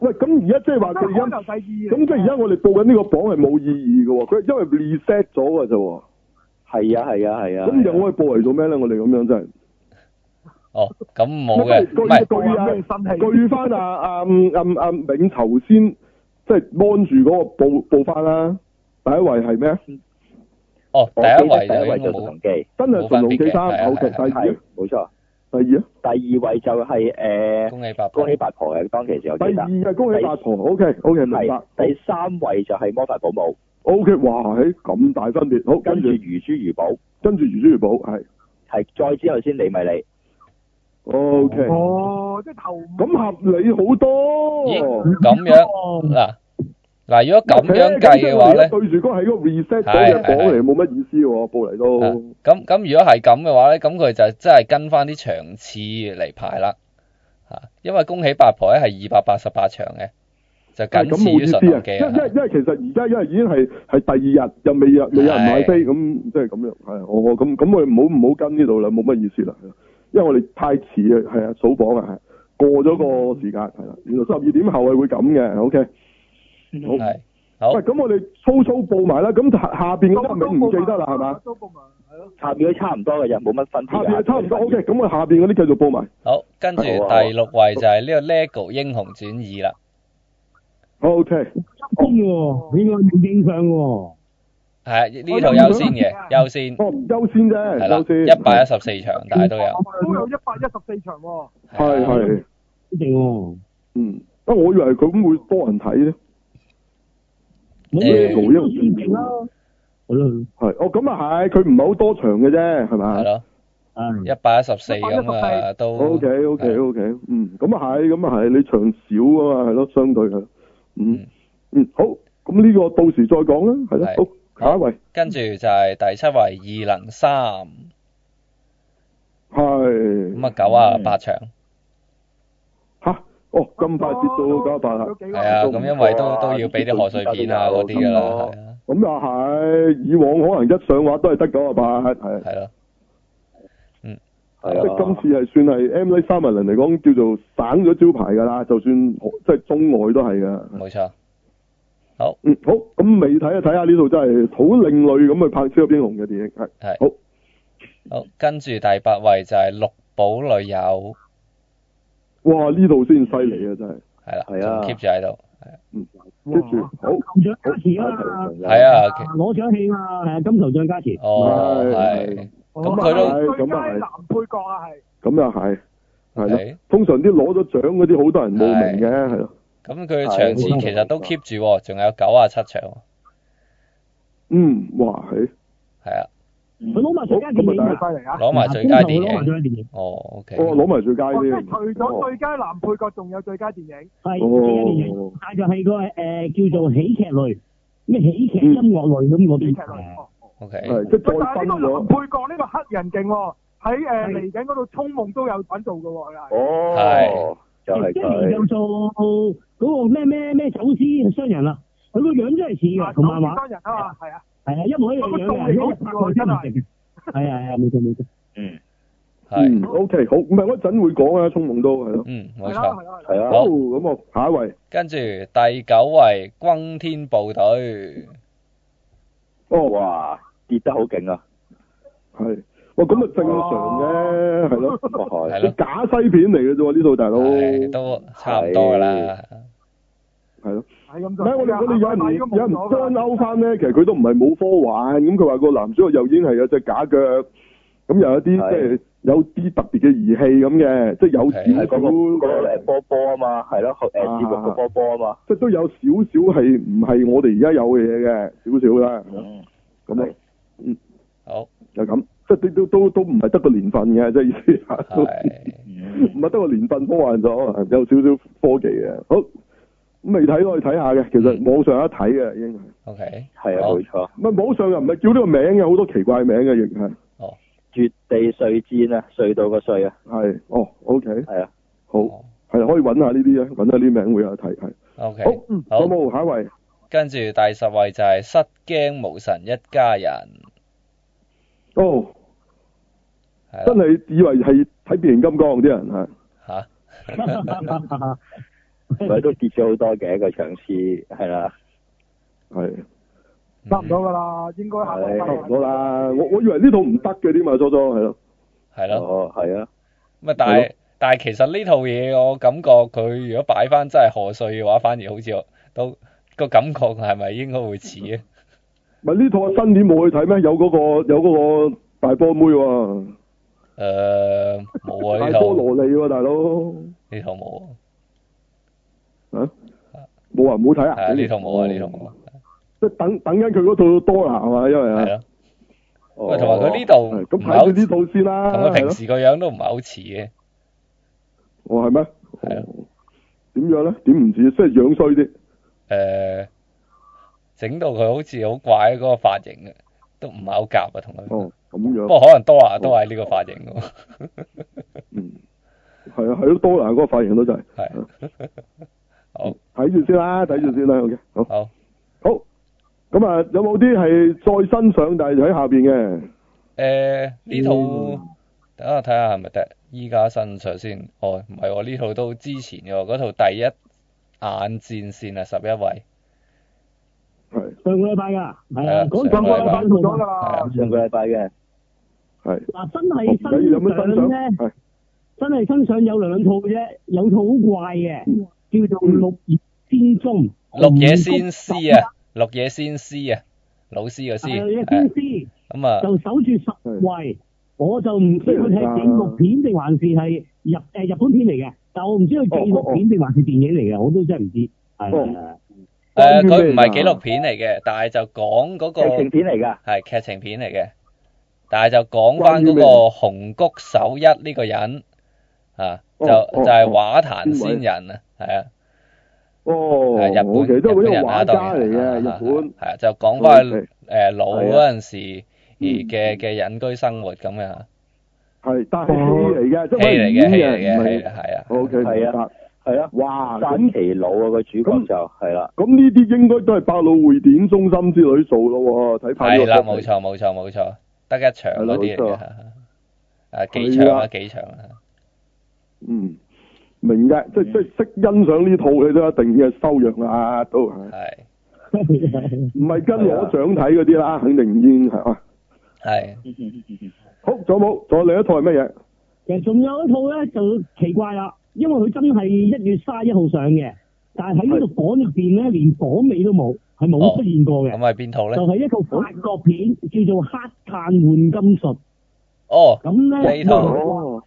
Speaker 2: 喂，咁而家即係話
Speaker 5: 即
Speaker 2: 佢而
Speaker 5: 係可
Speaker 2: 家
Speaker 5: 能。第二
Speaker 2: 咁即係而家我哋報緊呢個榜係冇意義嘅喎，佢因為 reset 咗嘅啫喎。
Speaker 4: 係啊係啊係啊，
Speaker 2: 咁又我哋報嚟做咩咧？我哋咁樣真
Speaker 3: 哦咁冇
Speaker 2: 咩
Speaker 3: 嘅，
Speaker 2: 咩
Speaker 3: 唔係
Speaker 2: 對啊
Speaker 5: 咩新
Speaker 2: 係
Speaker 5: 戲？
Speaker 2: 據翻阿阿阿阿阿銘頭啊先即係 mon 住嗰個報報翻啦。第一位係咩？啊
Speaker 3: 哦第
Speaker 4: 我記
Speaker 3: 一
Speaker 4: 得
Speaker 3: 位
Speaker 4: 第一
Speaker 3: 就
Speaker 4: 位
Speaker 3: 應該
Speaker 4: 就神龍
Speaker 3: 冇，
Speaker 4: 記，
Speaker 2: 真係神龍記三，OK。第二
Speaker 4: 係
Speaker 2: 啊，
Speaker 4: 冇錯，
Speaker 2: 第二啊，
Speaker 4: 第二位就係、誒、
Speaker 3: 恭喜八婆
Speaker 4: 恭喜，八婆嘅，當其時我記
Speaker 2: 第
Speaker 4: 得。
Speaker 2: 二啊，恭喜八婆，OK OK 明
Speaker 4: 係
Speaker 2: 白
Speaker 4: 第三位就係魔法寶寶，
Speaker 2: ，OK 哇，喺咁大分別，好
Speaker 4: 跟
Speaker 2: 跟
Speaker 4: 住
Speaker 2: 住
Speaker 4: 如珠如寶，
Speaker 2: 跟住如珠如寶係
Speaker 4: 係再之後先你咪你，
Speaker 2: OK，
Speaker 5: 哦，即係頭
Speaker 2: 咁合理好多
Speaker 3: 咦。咁樣
Speaker 6: 哦，
Speaker 3: 嗱嗱如果咁樣計嘅話咧。
Speaker 2: 對住嗰係個 reset 咗嘅榜嚟，冇乜意思喎，報嚟
Speaker 3: 啊
Speaker 2: 都。
Speaker 3: 咁咁如果係咁嘅話咧，咁佢就真係跟翻啲場次嚟排啦，嚇，因為恭喜八婆咧係二百八十八場嘅，就
Speaker 2: 但
Speaker 3: 僅
Speaker 2: 係咁
Speaker 3: 次
Speaker 2: 冇
Speaker 3: 於
Speaker 2: 意思
Speaker 3: 神
Speaker 2: 啊！
Speaker 3: 龍記
Speaker 2: 因
Speaker 3: 啊
Speaker 2: <laughs> 因因為其實而家因為已經係係第二日，又未有未有人買飛，咁即係咁樣係啊我我咁咁我唔好唔好跟呢度啦，冇乜意思啦，係啊因為我哋太遲啊，係啊數榜啊，係過咗個時間係啦，原來十二點後係會咁嘅，OK。好，
Speaker 3: 係好
Speaker 2: 喂，。咁我哋粗粗報埋啦，咁下下邊嗰個名唔記得啦，係嘛？
Speaker 5: 都報埋，係咯。
Speaker 4: 下面都差唔多嘅啫，冇乜分
Speaker 2: 下
Speaker 3: 啊
Speaker 4: 別
Speaker 2: 邊啊
Speaker 4: 嘅。
Speaker 2: 差唔多，OK，咁我下邊嗰啲繼續報埋。
Speaker 3: 好，跟住
Speaker 4: 好啊好啊
Speaker 3: 第六位就係呢個 LEGO 英雄轉義啦。
Speaker 2: OK，
Speaker 3: 嗯
Speaker 6: 中喎，應該唔正常喎，
Speaker 3: 係呢套優先嘅，優先
Speaker 2: 哦，優先啫，
Speaker 3: 係啦，
Speaker 2: 優先。
Speaker 3: 一百一十四場，但係都有。
Speaker 5: 都有一百一十四場喎，
Speaker 2: 係係，
Speaker 6: 一定喎，
Speaker 2: 嗯，啊，我以為佢咁會多人睇咧，
Speaker 6: 冇
Speaker 3: 誒
Speaker 6: 嘢都先定啦，好啦，
Speaker 2: 係，哦，咁啊係，佢唔係好多場嘅啫，係
Speaker 3: 係
Speaker 2: 咪
Speaker 3: 咯，
Speaker 6: 係
Speaker 3: 一百一十四咁啊，都
Speaker 2: o k OK
Speaker 3: 係
Speaker 2: OK，嗯，咁啊係，咁啊係，你場少啊嘛，係咯，相對係，嗯
Speaker 3: 嗯
Speaker 2: 嗯，好，咁呢個到時再講啦，係
Speaker 3: 係
Speaker 2: 咯，好，下一位，
Speaker 3: 跟住就係第七位二能三，
Speaker 2: 係，
Speaker 3: 咁啊九啊八場，
Speaker 2: 嚇，哦，咁快跌到九八啦，
Speaker 5: 有幾個
Speaker 3: 係啊，咁因為都都要俾啲賀歲片啊嗰啲㗎啦，係啊，
Speaker 2: 咁又係，以往可能一上畫都係得九啊八，係，
Speaker 3: 係咯，
Speaker 2: 即
Speaker 4: 係啊
Speaker 2: 係今次係算係 M Lee 三文人嚟講叫做省咗招牌㗎啦，就算即係中外都係㗎。
Speaker 3: 冇錯。
Speaker 2: 嗯，好，咁未睇啊，睇下呢度真係好另類咁去拍超級英雄嘅電影，係
Speaker 3: 係
Speaker 2: 好，
Speaker 3: 好，跟住第八位就係綠寶女友，
Speaker 2: 哇呢度先犀利啊，真係，
Speaker 3: 係啦，
Speaker 4: 係啊
Speaker 3: 仲 keep 住喺度，
Speaker 2: 嗯，
Speaker 5: 哇
Speaker 2: 跟住好，
Speaker 6: 金球獎加持啊嘛，
Speaker 3: 係啊，OK，
Speaker 6: 攞獎戲啊嘛，係啊，金球獎加持。
Speaker 3: 哦，
Speaker 2: 係
Speaker 3: 係，
Speaker 5: 哦
Speaker 3: 咁佢
Speaker 2: 都
Speaker 5: 最佳
Speaker 2: 咁啊係
Speaker 5: 男配角啊，係
Speaker 2: 咁又係，係咯。
Speaker 3: 係
Speaker 2: 通常啲攞咗獎嗰啲好多人冇名嘅，係咯。
Speaker 3: 咁佢場次其實都 keep 住喎，仲有九啊七場喎，
Speaker 2: 嗯，哇，係
Speaker 3: 係啊，
Speaker 6: 佢攞埋最佳電影
Speaker 2: 好咁啊
Speaker 6: 㗎
Speaker 5: 犀利啊！
Speaker 3: 攞埋最佳電
Speaker 6: 金球
Speaker 3: 影。
Speaker 6: 攞埋最佳電影，
Speaker 3: 哦，OK，
Speaker 2: 哦，攞埋最佳
Speaker 5: 哦即
Speaker 2: 添。
Speaker 5: 係除咗最佳男配角，仲有最佳電影。
Speaker 6: 係最佳電影，
Speaker 2: 哦，
Speaker 6: 但就係個誒叫做喜劇類，咩喜劇音樂類咁嗰
Speaker 5: 喜
Speaker 6: 啲
Speaker 5: 劇。類哦
Speaker 3: ，OK，
Speaker 2: 係即係
Speaker 5: 喂，
Speaker 2: 再
Speaker 5: 但係
Speaker 2: 分
Speaker 5: 呢個男
Speaker 2: 咗。
Speaker 5: 配角呢個黑人勁喎，喺誒
Speaker 6: 係
Speaker 5: 嚟緊嗰度《衝夢》都有份做嘅喎，佢係。
Speaker 4: 哦，就係
Speaker 6: 即係
Speaker 4: 佢
Speaker 6: 又做嗰個咩咩咩走私商人啦，佢個樣真係似㗎，同漫畫
Speaker 5: 三人啊嘛，係啊，
Speaker 6: 係啊，一模一樣樣嘅，如果拍過真係嘅。係啊係啊，冇錯冇錯。
Speaker 3: 係，
Speaker 2: 嗯，OK，好，唔係我一陣會講啊，衝夢都係咯。
Speaker 3: 嗯，冇
Speaker 5: 係
Speaker 3: 錯
Speaker 5: 啦，。係啦，係啦。
Speaker 4: 係啊，
Speaker 2: 好，咁我下一位。
Speaker 3: 跟住第九位轟天部隊，
Speaker 2: 哦，
Speaker 4: 哇，跌得好勁啊！
Speaker 2: 係。哇，咁啊正常嘅，係咯。
Speaker 4: 咁啊
Speaker 3: 係
Speaker 4: 係，
Speaker 3: 咯
Speaker 2: 啲假西片嚟嘅啫喎，呢套大佬。
Speaker 3: 唉都差唔多㗎啦，
Speaker 2: 係咯。
Speaker 5: 係咁
Speaker 2: 唔
Speaker 5: 就。
Speaker 2: 係我哋我哋有人
Speaker 5: 已
Speaker 2: 有
Speaker 5: 經
Speaker 2: 人
Speaker 5: 冇咗
Speaker 2: 將
Speaker 5: 㗎
Speaker 2: 勾翻咧，其實佢都唔係冇科幻，咁佢話個男主角又已經係有隻假腳，咁又有啲即
Speaker 4: 係
Speaker 2: 係有啲特別嘅儀器咁嘅，即係有
Speaker 3: 係
Speaker 4: 係
Speaker 2: 少
Speaker 4: 嗰個嗰個
Speaker 2: 少
Speaker 4: 誒，波波啊嘛，係咯，誒接個波波啊嘛，
Speaker 2: 即係都有少少係唔係我哋而家有嘅嘢嘅，少少啦，
Speaker 4: 嗯，
Speaker 2: 咁咯
Speaker 4: 係
Speaker 3: 好
Speaker 2: 就咁，即係都都都唔係得個年份嘅，即係意思嚇都
Speaker 3: 係
Speaker 2: <laughs>
Speaker 4: 嗯
Speaker 2: 唔係得個年份科幻咗，有少少科技嘅，好咁未睇都可以睇下嘅，其
Speaker 4: 嗯
Speaker 2: 實網上有得睇嘅已經係。
Speaker 3: OK，
Speaker 4: 係啊，冇錯，
Speaker 2: 唔係網上又唔係叫呢個名嘅，好多奇怪名嘅，亦係
Speaker 4: 絕地碎戰啊，碎到個碎啊，
Speaker 2: 係哦，OK，
Speaker 4: 係啊，
Speaker 2: 好
Speaker 3: 哦
Speaker 2: 係可以揾下呢啲啊，揾下啲名會有得睇係。
Speaker 3: ，OK，
Speaker 2: 好，嗯
Speaker 3: 好
Speaker 2: 有冇下一位？
Speaker 3: 跟住第十位就係失驚無神一家人，
Speaker 2: 哦，
Speaker 3: 係
Speaker 2: 真
Speaker 3: 啦
Speaker 2: 係以為係睇變形金剛啲人係。
Speaker 3: 嚇，
Speaker 4: 佢都跌咗好多嘅個場次，係啦，
Speaker 2: 係
Speaker 3: 嗯
Speaker 5: 差唔多㗎啦，應該下個禮拜
Speaker 2: 差唔多啦，我我以為呢套唔得嘅添啊嘛，初初係咯，
Speaker 3: 係咯。
Speaker 4: 哦，係啊，
Speaker 3: 咁啊，但
Speaker 2: 係
Speaker 3: 係但係其實呢套嘢我感覺佢如果擺翻真係賀歲嘅話，反而好似我都個感覺係咪應該會似啊？
Speaker 2: 咪呢套新年冇去睇咩？有嗰個有嗰個大波妹喎，嗯
Speaker 3: 誒冇啊呢
Speaker 2: 大波
Speaker 3: 套
Speaker 2: 羅莉喎，大佬
Speaker 3: 呢套冇
Speaker 2: 啊，
Speaker 3: 啊
Speaker 2: 冇啊，冇睇
Speaker 3: 係啊
Speaker 2: 啊，
Speaker 3: 呢套冇啊呢套冇啊，
Speaker 2: 即係等等緊佢嗰套多啦係嘛，因為啊哦
Speaker 3: 係。咯。
Speaker 4: 哦
Speaker 3: 喂，同埋佢呢
Speaker 2: 咁
Speaker 3: 度唔係
Speaker 2: 睇
Speaker 3: 好
Speaker 2: 佢呢啊
Speaker 3: 似，
Speaker 2: 套先啦，
Speaker 3: 同佢平
Speaker 2: 係咯
Speaker 3: 時個樣都唔係好似嘅，
Speaker 2: 哦，係咩？
Speaker 3: 係啊
Speaker 2: 哦。點樣咧？點唔似？即係樣衰啲。
Speaker 3: 誒整到佢好似好怪嗰個髮型嘅，都唔係好夾啊同佢。
Speaker 2: 哦，咁樣。
Speaker 3: 不過可能多啊都係呢個髮型喎，
Speaker 2: 嗯。係啊，係咯，多蘭嗰個髮型都真係。
Speaker 3: 係。好
Speaker 2: 睇住先啦，睇住先啦。OK，好。
Speaker 3: 好
Speaker 2: 好。咁啊，有冇啲係再新上，但係喺下邊嘅？
Speaker 3: 誒呢套。等我睇下係咪得依家新上先。哦，唔係喎，呢套都之前嘅喎，嗰套第一眼戰線啊，十一位
Speaker 2: 係
Speaker 6: 上個禮拜㗎，係啊，
Speaker 5: 上
Speaker 6: 講上
Speaker 5: 個
Speaker 6: 個
Speaker 5: 禮
Speaker 6: 禮
Speaker 5: 拜
Speaker 6: 拜
Speaker 5: 做咗
Speaker 6: 嗰
Speaker 5: 㗎
Speaker 6: 套
Speaker 5: 啦，
Speaker 4: 上個禮拜嘅，
Speaker 2: 係。
Speaker 6: 嗱真係
Speaker 2: 好哦有
Speaker 6: 新
Speaker 2: 冇新相？
Speaker 6: 上咧。
Speaker 2: 係
Speaker 6: 真係身上有兩套嘅啫，有套好怪嘅，叫
Speaker 2: 嗯
Speaker 6: 做《綠野仙蹤》。
Speaker 3: 綠野先師啊，綠野先師啊，老師個
Speaker 6: 係
Speaker 3: 師
Speaker 6: 綠野仙
Speaker 3: 係
Speaker 6: 師
Speaker 3: 咁啊，
Speaker 6: 就守住十位，我就唔知佢係紀錄片定還是係日誒日本片嚟嘅，但我唔知佢紀
Speaker 2: 哦
Speaker 6: 錄片定還是電影嚟嘅，我都真係唔知。 <laughs> 係啊，
Speaker 3: 誒
Speaker 2: 關於
Speaker 3: 佢唔係
Speaker 2: 咩㗎
Speaker 3: 紀錄片嚟嘅，但係就講嗰個
Speaker 4: 劇情片嚟㗎，
Speaker 3: 係劇情片嚟嘅，但係就講
Speaker 2: 關
Speaker 3: 翻
Speaker 2: 於咩
Speaker 3: 嗰個
Speaker 2: 㗎
Speaker 3: 紅谷守一呢個人啊，就
Speaker 2: 哦
Speaker 3: 就
Speaker 2: 哦
Speaker 3: 係
Speaker 2: 哦
Speaker 3: 畫壇仙
Speaker 2: 邊位
Speaker 3: 人啊，係啊。
Speaker 2: 哦
Speaker 3: 係日本
Speaker 2: OK，即係嗰
Speaker 3: 日
Speaker 2: 個
Speaker 3: 本人啊
Speaker 2: 畫家嚟嘅，
Speaker 3: 當然
Speaker 2: 日本。
Speaker 3: 係啊，就講翻
Speaker 2: 哦，OK
Speaker 3: 誒老
Speaker 2: 係啊嗯
Speaker 3: 嗰陣時而嘅嘅隱居生活咁樣，
Speaker 2: 係，但係戲嚟嘅，即係我
Speaker 3: 戲
Speaker 2: 係
Speaker 3: 嚟嘅
Speaker 2: 演
Speaker 3: 戲嚟嘅
Speaker 2: 唔
Speaker 3: 戲
Speaker 2: 係
Speaker 3: 係啊，
Speaker 2: O K，
Speaker 4: 係啊
Speaker 2: 明白。
Speaker 4: 係啊，
Speaker 2: 哇，咁
Speaker 4: 山崎佬啊個主角
Speaker 2: 咁
Speaker 4: 就係啦，
Speaker 2: 咁呢啲應該都係百老匯典中心之類做咯喎，睇怕呢
Speaker 3: 係
Speaker 2: 個
Speaker 3: 啦，
Speaker 2: 作
Speaker 3: 冇
Speaker 2: 品
Speaker 3: 錯冇錯冇錯，得一場嗰
Speaker 2: 係
Speaker 3: 啲嚟嘅
Speaker 2: 啦冇錯，
Speaker 3: 啊幾場
Speaker 2: 係
Speaker 3: 啊
Speaker 2: 啊
Speaker 3: 幾場啊，
Speaker 2: 嗯，明嘅，即係即係識欣賞呢套你都一定嘅修養啦，都係
Speaker 3: 係
Speaker 2: 唔係跟攞獎睇嗰啲啦，肯定已經係啊。
Speaker 3: 係
Speaker 2: 好，仲有冇？仲有另一套係乜嘢？
Speaker 6: 其實仲有一套咧就奇怪啦，因為佢真係一月三十一號上嘅，但係喺呢度房入邊咧，連房尾都冇，係冇出現過嘅
Speaker 3: 哦咁。啊係邊套咧
Speaker 6: 就？係一套法國片，叫做《黑炭換金術》。
Speaker 3: 哦，
Speaker 6: 咁咧
Speaker 3: 呢套
Speaker 1: 哦，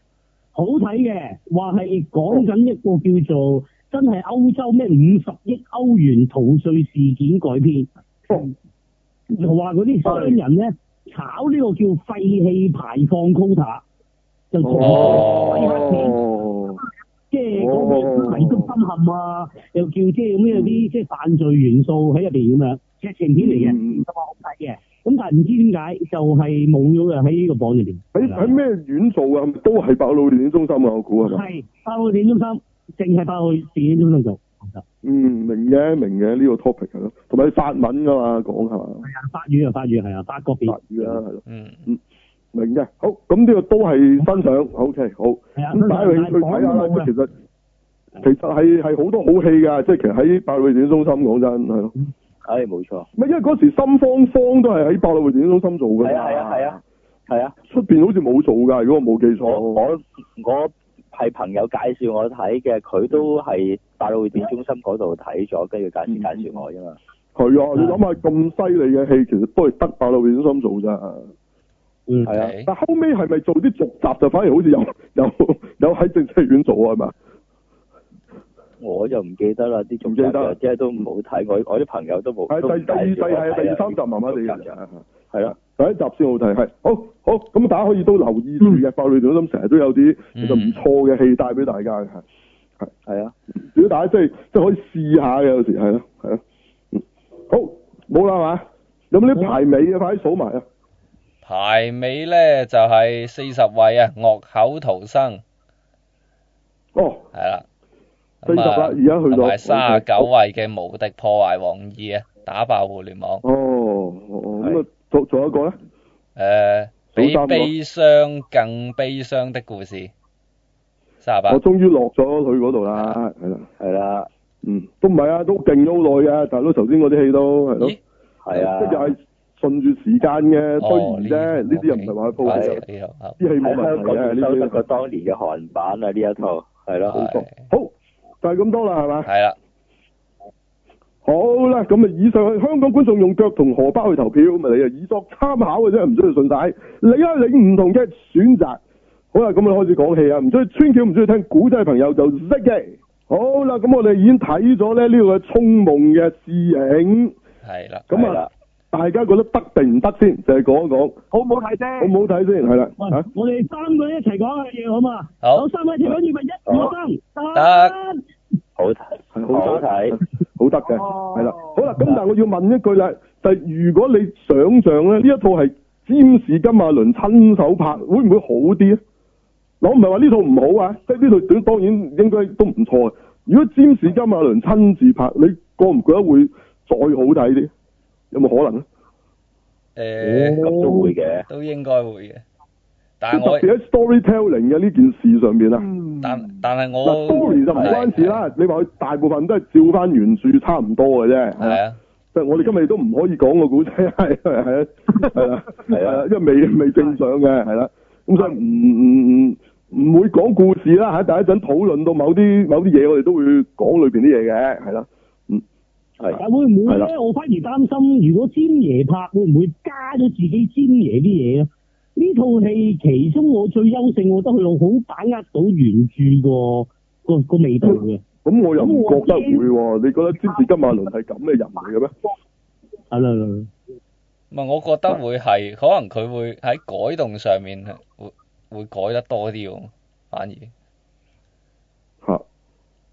Speaker 6: 好睇嘅，話係講緊一個叫做真係歐洲咩五十億歐元逃税事件改編。就話嗰啲商人咧炒呢個叫廢氣排放 quota，就同洗黑錢。
Speaker 1: 哦，
Speaker 6: 即係啊嗰個迷足深陷啊，又叫即係咁有啲即係犯罪元素喺入邊咁樣，劇情片嚟嘅，
Speaker 1: 嗯
Speaker 6: 咁啊好睇嘅。咁但係唔知點解就係冇咗嘅喺呢個榜入邊。
Speaker 2: 喺喺咩院做啊？係咪都係百老匯電影中心啊？我估係咪？
Speaker 6: 係百老匯電影中心，淨係百老匯電影中心啊做。
Speaker 2: 嗯，明嘅明嘅，呢個 topic 係咯，同埋法文噶嘛講係嘛？
Speaker 6: 係啊，法語啊，法語係啊，法國片
Speaker 2: 法。語啦係咯，
Speaker 3: 嗯，
Speaker 2: 明嘅。好，咁呢個都係新上，OK 好。
Speaker 6: 係啊，啊
Speaker 2: 咁帶佢去睇下啦，即係其實其實係係好多好戲㗎，即係其實喺百老匯電影中心講真係咯，
Speaker 4: 嗯唉，冇錯，
Speaker 2: 唔係因為嗰時心慌慌都係喺百老匯電影中心做㗎
Speaker 4: 係
Speaker 2: 嘛
Speaker 4: 啊，係啊，係啊，係啊，
Speaker 2: 出邊好似冇做㗎，如果我冇記
Speaker 4: 我
Speaker 2: 錯，
Speaker 4: 我我係朋友介紹我睇嘅，佢都係百老匯電中心嗰度睇咗，跟住介
Speaker 2: 嗯
Speaker 4: 紹介紹我啫嘛。
Speaker 2: 係
Speaker 4: 嗯
Speaker 2: 啊，你諗下咁犀利嘅戲，其實都係得百老匯電影中心做咋。
Speaker 6: 嗯，
Speaker 4: 係啊
Speaker 3: OK
Speaker 2: 但後尾係咪做啲續集就反而好似有 <laughs> 有有喺正式院做啊？係嘛？
Speaker 4: 我就唔記得啦，啲
Speaker 2: 唔
Speaker 4: 仲
Speaker 2: 記得
Speaker 4: 記得，即係都冇睇，我我啲朋友都冇。
Speaker 2: 係
Speaker 4: 都唔
Speaker 2: 第第二
Speaker 4: 介
Speaker 2: 第
Speaker 4: 紹我睇
Speaker 2: 係
Speaker 4: 啊
Speaker 2: 第二三集麻麻地啊嘅，
Speaker 4: 係啊啦，
Speaker 2: 第一集先好睇，係好好咁大家可以都留意住嘅，百老匯電影中心成日都有啲
Speaker 4: 嗯
Speaker 2: 其實唔錯嘅戲帶俾大家嘅。係
Speaker 4: 係啊，
Speaker 2: 如果大家即係即係可以試下嘅，有時係咯係咯，嗯好冇啦嘛，有冇
Speaker 4: 啊
Speaker 2: 啲排尾嘅快啲數埋啊！
Speaker 3: 排尾咧就係四十位啊，惡口逃生
Speaker 2: 哦，
Speaker 3: 係啦。
Speaker 2: 四十
Speaker 3: 咁
Speaker 2: 啦，
Speaker 3: 啊
Speaker 2: 而，家去
Speaker 3: 同埋
Speaker 2: 到
Speaker 3: 三十九位嘅無敵破壞王二啊，打爆互聯網。
Speaker 2: 哦哦哦咁啊，仲仲有一個咧，
Speaker 3: 誒，呃比
Speaker 2: 數三個
Speaker 3: 悲傷更悲傷的故事，三十八
Speaker 2: 我。終於落咗佢嗰度啦，係啦，
Speaker 4: 係啊啦，
Speaker 2: 嗯，都唔係啊，都勁咗好耐嘅，大佬頭先嗰啲戲都係咯，
Speaker 3: 咦？
Speaker 4: 係啊
Speaker 2: 即係。又係順住時間嘅
Speaker 3: 哦
Speaker 2: 推而啫，呢啲又唔係話鋪
Speaker 3: 呢
Speaker 2: 嘅，
Speaker 3: 度呢度啊
Speaker 2: 啲戲冇
Speaker 4: 喺
Speaker 2: 問題嘅，
Speaker 4: 香港收
Speaker 2: 呢
Speaker 4: 得
Speaker 2: 啲
Speaker 4: 過當年嘅韓版啊！呢一套係咯，
Speaker 2: 冇
Speaker 3: 係
Speaker 2: 錯，好就係咁多啦，係嘛？
Speaker 3: 係啦，
Speaker 2: 好啦，咁啊，以上係香港觀眾用腳同荷包去投票，咁啊，你啊以作參考嘅啫，唔需要信晒。你啊，你唔同嘅選擇。好啦，咁啊開始講戲啊，唔中意穿橋唔中意聽古仔嘅朋友就識嘅。好啦，咁我哋已經睇咗咧呢個《銃夢》嘅試影，
Speaker 3: 係啦，
Speaker 2: 咁
Speaker 4: 係
Speaker 2: 啊
Speaker 4: 啦，
Speaker 2: 大家覺得得定唔得先？就係講一講
Speaker 5: 好唔好睇
Speaker 2: 好唔
Speaker 5: 啫？
Speaker 2: 好睇先，係啦
Speaker 6: 喂
Speaker 2: 嚇，
Speaker 6: 我哋三個一齊講嘅嘢好嘛？
Speaker 3: 好
Speaker 6: 有三個一齊講預備一、
Speaker 4: 好
Speaker 6: 二、三，
Speaker 3: 得
Speaker 4: 好睇，
Speaker 2: 係
Speaker 4: 好 <laughs> 睇，
Speaker 2: 好得嘅，
Speaker 5: 哦
Speaker 2: 係啦。好啦，咁但係我要問一句啦，就係如果你想像咧，呢一套係詹士金馬倫親手拍，會唔會好啲咧？嗱，我唔係話呢套唔好啊，即係呢套短當然應該都唔錯。啊如果詹士金馬倫親自拍，你覺唔覺得會再好睇啲？有冇可能咧？啊哦
Speaker 3: 誒
Speaker 4: 咁都會嘅。
Speaker 3: 呃都應該會嘅，但
Speaker 2: 即係
Speaker 3: 啊係我
Speaker 2: 特別喺啊 storytelling 嘅呢件事上面啊。
Speaker 5: 嗯，
Speaker 3: 但但係
Speaker 2: 嗱
Speaker 3: 我
Speaker 2: ，story 就唔關事啦。你話佢大部分都係照翻原著差唔多嘅啫。係啊
Speaker 3: 係啊，
Speaker 2: 即係我哋今日都唔可以講個古
Speaker 4: <laughs>
Speaker 2: 仔，係啊係係係啦，係
Speaker 4: 係
Speaker 2: 啦
Speaker 4: 啊，
Speaker 2: 因為未未正上嘅，係啦，咁所以唔唔唔唔會講故事啦嚇，但係一陣討論到某啲某啲嘢，我哋都會講裏邊啲嘢嘅，係啦，嗯
Speaker 4: 係
Speaker 6: 但會唔會
Speaker 2: 係啦
Speaker 6: 咧？我反而擔心，如果詹爺拍，會唔會加咗自己詹爺啲嘢咧？呢套戲其中我最優勝，我覺得佢好把握到原著個個個味道嘅，
Speaker 2: 咁我又唔覺得會喎，你覺得詹士金馬倫係咁嘅人嚟嘅咩？
Speaker 6: 係啦係啦，
Speaker 3: 唔係我覺得會係，可能佢會喺改動上面會會改得多啲喎，反而
Speaker 2: 嚇，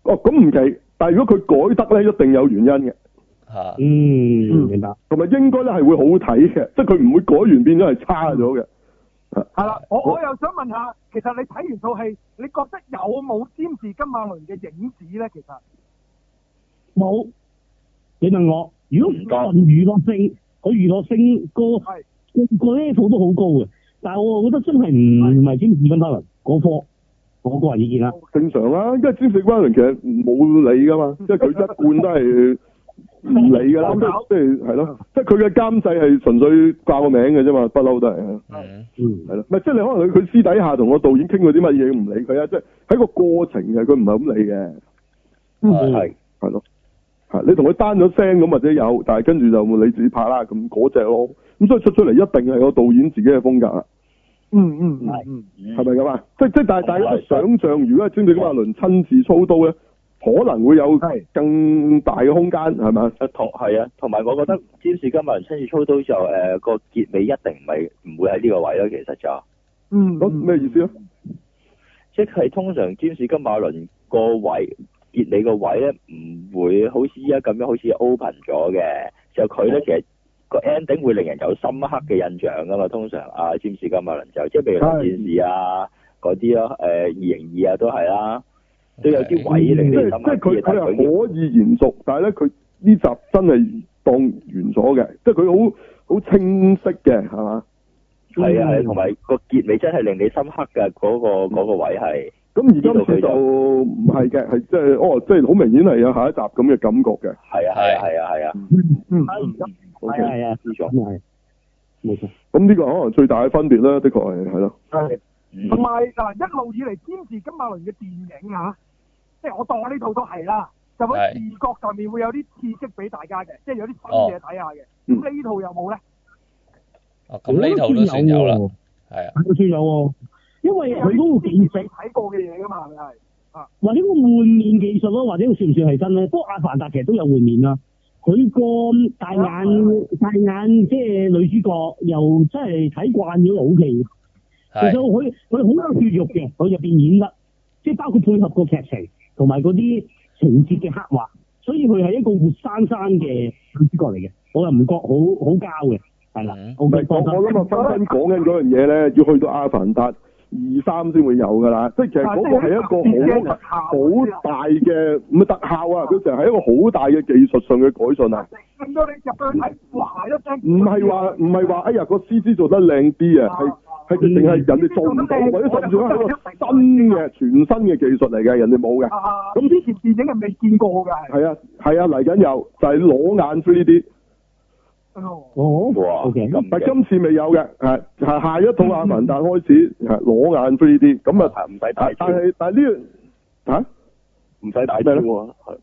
Speaker 2: 哦咁唔奇，但係如果佢改得咧，一定有原因嘅，
Speaker 3: 嚇
Speaker 6: 嗯，明白，
Speaker 2: 同埋應該咧係會好睇嘅，即係佢唔會改完變咗係差咗嘅。
Speaker 5: 係啦，我我又想問下，其實你睇完套戲，你覺得有冇詹士金馬倫嘅影子咧？其實
Speaker 6: 冇。你問我，如果論娛樂性，佢娛樂性個
Speaker 5: 係
Speaker 6: 個個 level 都好高嘅，但係我覺得真係唔唔係詹士金馬倫嗰科，我個人意見啦。
Speaker 2: 正常啦，因為詹士關倫其實冇理噶嘛，即係佢一貫都係唔理噶啦，即係即係係咯，即係佢嘅監製係純粹掛個名嘅啫嘛，不嬲都係係
Speaker 3: 嗯
Speaker 6: 嗯，
Speaker 2: 咯，唔係即係你可能佢佢私底下同個導演
Speaker 6: 嗯
Speaker 2: 傾過啲乜嘢唔理佢啊，即係喺個過程嘅佢唔係咁理嘅，
Speaker 3: 係
Speaker 4: 係
Speaker 2: 係咯，係你同佢單咗聲咁或者有，但係跟住就你自己拍啦咁嗰只咯，咁所以出出嚟一定係個導演自己嘅風格啊啦，
Speaker 5: 嗯嗯嗯
Speaker 6: 係
Speaker 5: 嗯，
Speaker 2: 係咪咁啊？即即但係大家想象，如果係詹士金馬倫親自操刀咧，可能會有
Speaker 5: 係
Speaker 2: 更大嘅空間，係咪啊？
Speaker 4: 誒同係啊，同埋我覺得詹士今日親自操刀就誒個結尾一定唔係唔會喺呢個位咯，其實就
Speaker 5: 嗯
Speaker 2: 咁哦咩意思咧？
Speaker 4: 即係通常詹士金馬倫個位結尾個位咧唔會好似依家咁樣好似 open 咗嘅，就佢咧其實個 ending 會令人有深刻嘅印象噶嘛。通常啊，詹士金馬倫就即係未來戰士啊嗰啲咯，誒二零二啊都係啦，都有啲位
Speaker 2: 即
Speaker 4: 令你
Speaker 2: 係
Speaker 4: 深
Speaker 2: 即
Speaker 4: 刻
Speaker 2: 係佢
Speaker 4: 啲，但
Speaker 2: 佢
Speaker 4: 係佢啲
Speaker 2: 係可以延續，但係咧佢呢集真係當完咗嘅，即係佢好好清晰嘅，係嘛？
Speaker 4: 係啊係啊，同埋個結尾真係令你深刻嘅嗰、個嗰、個位係。
Speaker 2: 咁而今次就唔係嘅，係即係哦，即係好明顯係有下一集咁嘅感覺嘅。
Speaker 4: 係啊，係啊，係啊，係嗯啊，
Speaker 5: 嗯
Speaker 2: 好
Speaker 6: 係啊
Speaker 2: 嘅，
Speaker 6: 係啊，
Speaker 4: 呢種
Speaker 6: 咁係冇錯。
Speaker 2: 咁呢個可能最大嘅分別咧，的確係係咯，
Speaker 5: 係。
Speaker 4: 嗯
Speaker 5: 同埋嗱，一路以嚟堅持金馬倫嘅電影啊，即係我當我呢套都係啦，就喺
Speaker 3: 係
Speaker 5: 視覺上面會有啲刺激俾大家嘅，即係有啲新嘢睇下嘅。
Speaker 2: 嗯
Speaker 5: 咁呢套有冇咧？
Speaker 3: 哦，咁呢套都算有啦，
Speaker 6: 喎，
Speaker 3: 係啊，
Speaker 6: 都算有喎，因為佢嗰個技
Speaker 5: 之前
Speaker 6: 術
Speaker 5: 你睇過嘅嘢噶嘛，係咪係？
Speaker 6: 或者個換面技術咯，或者算唔算係真咧？不過《阿凡達》其實都有換面啦。佢個大眼大眼即係女主角，又真係睇慣咗老奇。其實
Speaker 3: 係
Speaker 6: 佢佢好有血肉嘅，佢入邊演得，即係包括配合個劇情同埋嗰啲情節嘅刻畫，所以佢係一個活生生嘅女主角嚟嘅。我又唔覺好好交嘅，係啦
Speaker 3: 嗯。
Speaker 6: 我
Speaker 2: 唔
Speaker 6: 覺
Speaker 2: 係我
Speaker 6: 得
Speaker 2: 我諗啊，分分講緊嗰樣嘢咧，要去到阿凡達二三先會有㗎啦，即係其實嗰個係一個好好大嘅唔係特效啊，佢成係一個好大嘅技術上嘅改進啊。
Speaker 5: 令到你入到去睇，哇一聲！
Speaker 2: 唔係話唔係話，哎呀個 C G 做得靚啲啊，係係直情係人哋做唔到，或者甚至乎係一個新嘅全新嘅技術嚟嘅，人哋冇嘅。
Speaker 5: 啊！
Speaker 2: 咁
Speaker 5: 咁之前電影係未見過㗎，係。
Speaker 2: 係啊係啊，嚟緊有就係攞眼 three D，
Speaker 5: 哦
Speaker 6: 哦
Speaker 4: 哇
Speaker 6: ，OK，
Speaker 4: 咁
Speaker 2: 但係今次未有嘅，係係下一套阿凡達開始係攞眼 three D，咁啊，
Speaker 4: 係唔使
Speaker 2: 但
Speaker 4: 大
Speaker 2: 係
Speaker 4: 招
Speaker 2: 但，係但係呢樣嚇，
Speaker 4: 唔使大招喎，係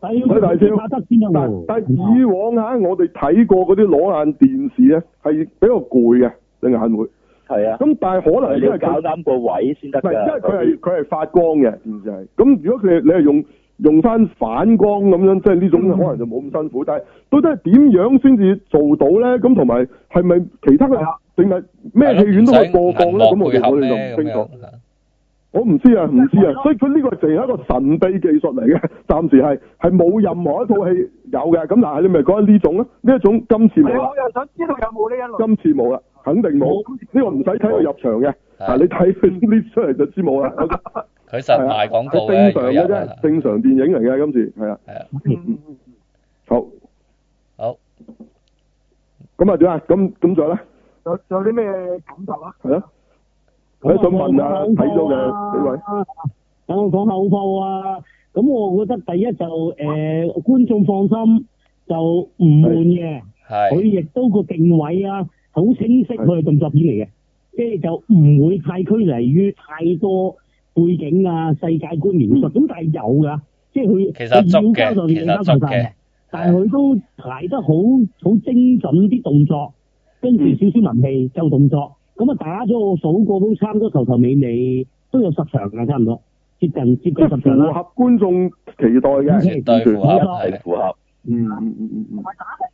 Speaker 6: 但係要
Speaker 2: 唔使大招
Speaker 6: 拍得先得
Speaker 2: 但
Speaker 6: 喎
Speaker 4: 哦
Speaker 2: 但係
Speaker 4: 啊
Speaker 2: 以往嚇我哋睇過嗰啲攞眼電視咧係比較攰嘅隻眼會，
Speaker 4: 係啊，
Speaker 2: 咁但係可能係
Speaker 4: 你
Speaker 2: 因
Speaker 4: 要
Speaker 2: 為
Speaker 4: 搞
Speaker 2: 佢
Speaker 4: 啱個位先得
Speaker 2: 唔係，因為佢
Speaker 4: 㗎。
Speaker 2: 係佢係發光嘅電視係。咁如果佢你係用用翻反光咁樣，即係呢
Speaker 4: 嗯
Speaker 2: 種可能就冇咁辛苦。但係到底係點樣先至做到咧？咁同埋係咪其他
Speaker 5: 係
Speaker 2: 嘅
Speaker 5: 啊
Speaker 2: 定係咩戲院都可以播放咧？咁我哋我哋就唔清楚。
Speaker 3: 楚。
Speaker 2: 我唔知啊，唔知啊。所以佢呢個淨係一個神秘技術嚟嘅， <laughs> 暫時係係冇任何一套戲有嘅。咁嗱，你咪講緊呢種咧？呢一種今次冇
Speaker 5: 係啊
Speaker 2: 啦，
Speaker 5: 我又想知道有冇呢一類。
Speaker 2: 今次冇啦，肯定冇。呢個唔使睇佢入場嘅，啊你睇佢 list 出嚟就知冇啦。OK
Speaker 3: 佢實賣廣告
Speaker 2: 係
Speaker 3: 嘅，
Speaker 2: 正常嘅
Speaker 3: 如果有啊
Speaker 2: 啫，正常電影嚟嘅今次係啊，
Speaker 3: 係啊，
Speaker 5: 嗯嗯嗯
Speaker 2: 好，
Speaker 3: 好，
Speaker 2: 咁啊點啊？咁咁仲有咧？
Speaker 5: 有有啲咩感受啊？
Speaker 2: 係咯，我都想問啊，睇咗嘅
Speaker 6: 啊
Speaker 2: 幾位，
Speaker 6: 等我講口報啊！咁我覺得第一就誒、呃、觀眾放心，就唔悶嘅。佢
Speaker 3: 係
Speaker 6: 亦都個定位啊，好清晰，
Speaker 2: 係
Speaker 6: 佢係動作片嚟嘅，即係就唔會太拘泥於太多背景啊、世界觀描
Speaker 2: 嗯
Speaker 6: 述。咁、但係有㗎，即係佢
Speaker 3: 其實
Speaker 6: 佢
Speaker 3: 足
Speaker 6: 要
Speaker 3: 嘅
Speaker 6: 交代嘅嘢
Speaker 3: 其實
Speaker 6: 交代
Speaker 3: 足
Speaker 6: 晒
Speaker 3: 嘅
Speaker 6: 嘅，但係佢都排得好好精準啲動作，跟住少少文氣就動作，咁啊打咗我數過都差唔多頭頭尾尾都有十場㗎，差唔多接近接
Speaker 2: 即
Speaker 6: 近
Speaker 2: 係
Speaker 6: 十場啦
Speaker 2: 符。合觀眾期待嘅，
Speaker 3: 絕對符合，係
Speaker 4: 係符合，
Speaker 2: 嗯嗯嗯嗯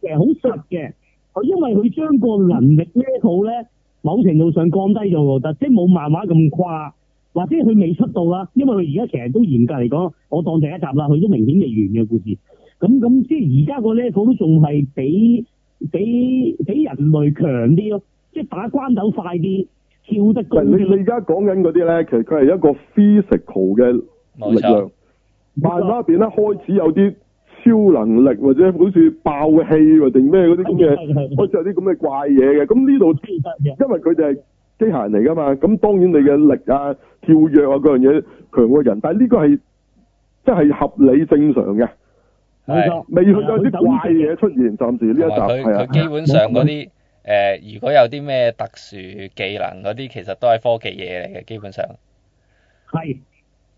Speaker 6: 嘅，好實嘅。佢因為佢將個能力 level 咧，某程度上降低咗，我覺得，即係冇漫畫咁誇，或者佢未出到啦。因為佢而家其實都嚴格嚟講，我當第一集啦，佢都明顯未完嘅故事。咁咁即係而家個 level 都仲係比比比人類強啲咯，即係打關鬥快啲，跳得高
Speaker 2: 喂，你你
Speaker 6: 啲。
Speaker 2: 而家講緊嗰啲咧，其實佢係一個 physical 嘅
Speaker 3: 冇
Speaker 2: 力量
Speaker 3: 錯，，
Speaker 2: 慢慢變咧開始有啲超能力或者好似爆氣或定咩嗰啲咁嘅，
Speaker 3: <laughs>
Speaker 6: 係係係
Speaker 2: 開始有啲咁嘅怪嘢嘅，咁呢度。
Speaker 6: 係得嘅。
Speaker 2: 因為佢哋係機械人嚟噶嘛，咁當然你嘅力啊、跳躍啊嗰樣嘢強過人，但係呢個係即係合理正常嘅，
Speaker 6: 冇啊
Speaker 3: 係
Speaker 6: 錯。
Speaker 2: 未去到有啲怪嘢出現。暫時呢一集
Speaker 3: 同埋
Speaker 2: 係
Speaker 3: 佢佢
Speaker 2: 啊，
Speaker 3: 基本上嗰啲誒，如果有啲咩特殊技能嗰啲，其實都係科技嘢嚟嘅，基本上
Speaker 6: 係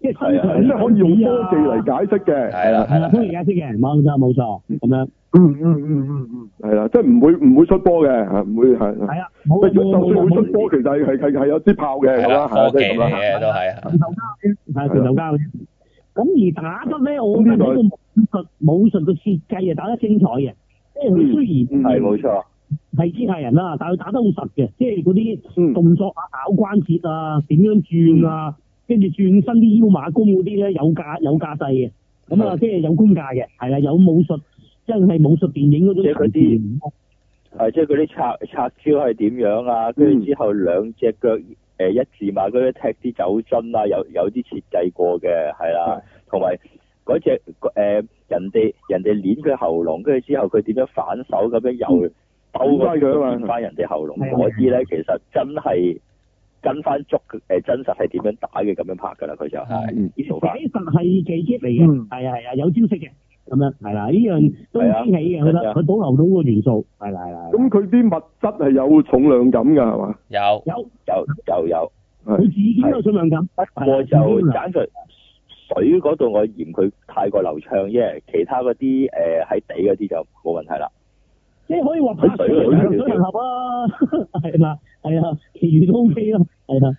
Speaker 6: 即係通常
Speaker 4: 係
Speaker 2: 咁咧啊可以用科技
Speaker 6: 啊
Speaker 2: 嚟解釋嘅，
Speaker 3: 係啦
Speaker 6: 係啦，科技解釋嘅，冇錯冇錯，咁樣
Speaker 1: 嗯嗯嗯嗯嗯，
Speaker 2: 係啦，即係唔會唔會出波嘅，嚇唔會係。係
Speaker 6: 係啊，冇
Speaker 2: 喂就
Speaker 6: 冇
Speaker 2: 算
Speaker 6: 冇
Speaker 2: 會
Speaker 6: 冇
Speaker 2: 出波，其實係係係係有支炮嘅，
Speaker 3: 係
Speaker 2: 係嘛？
Speaker 3: 啦，
Speaker 2: 係啊
Speaker 3: 科
Speaker 2: 即係咁
Speaker 3: 技嚟
Speaker 2: 啦。
Speaker 3: 嘅都係啊，
Speaker 6: 拳頭交嘅，係拳頭交嘅。咁而打得咧，我覺得呢個武術武術嘅設計啊，打得精彩嘅，即係佢雖
Speaker 2: 嗯
Speaker 6: 然
Speaker 4: 係冇錯，
Speaker 6: 係機械人啦，但係佢打得好實嘅，即係嗰
Speaker 2: 嗯
Speaker 6: 啲動作啊、咬關節啊、點樣轉啊，跟住轉身啲腰馬功嗰啲咧有架有架勢嘅，咁啊
Speaker 3: 係
Speaker 6: 即係有功架嘅，係啦，有武術，真係武術電影嗰種
Speaker 4: 即係嗰
Speaker 6: 情
Speaker 4: 啲
Speaker 6: 節
Speaker 4: 係即係嗰啲拆拆招係點樣啊？跟住之後兩隻腳誒一字馬嗰啲踢啲酒樽啊，有有啲設計過嘅係啦，同埋嗰只誒人哋人哋捏佢喉嚨，跟住之後佢點樣反手咁樣又兜個
Speaker 2: 翻佢啊嘛
Speaker 4: 捏翻人哋喉嚨
Speaker 6: 係啊
Speaker 4: 嗰啲咧，其實真係跟翻足誒真實係點樣打嘅咁樣拍㗎啦，佢就
Speaker 3: 係
Speaker 4: 呢
Speaker 6: 寫
Speaker 4: 做法
Speaker 6: 實係技擊嚟嘅，係啊係啊，有招式嘅，咁樣係啦，呢樣都
Speaker 4: 係啊
Speaker 6: 驚喜嘅，我覺得佢保留到個元素，係啦係啦，
Speaker 2: 咁佢啲物質係有重量感㗎，係
Speaker 3: 啊
Speaker 2: 嘛？
Speaker 3: 有
Speaker 6: 有
Speaker 4: 就就有。
Speaker 6: 佢自己都有重量感，
Speaker 7: 哎
Speaker 4: 不過就
Speaker 7: 啊
Speaker 4: 爭在水嗰度，我嫌佢太過流暢啫。其他嗰啲誒喺地嗰啲就冇問題啦。
Speaker 6: 即係可以話拍水
Speaker 4: 水
Speaker 6: 水水行合啊， <laughs> 係啦係啊，其餘都 OK 咯，係啦，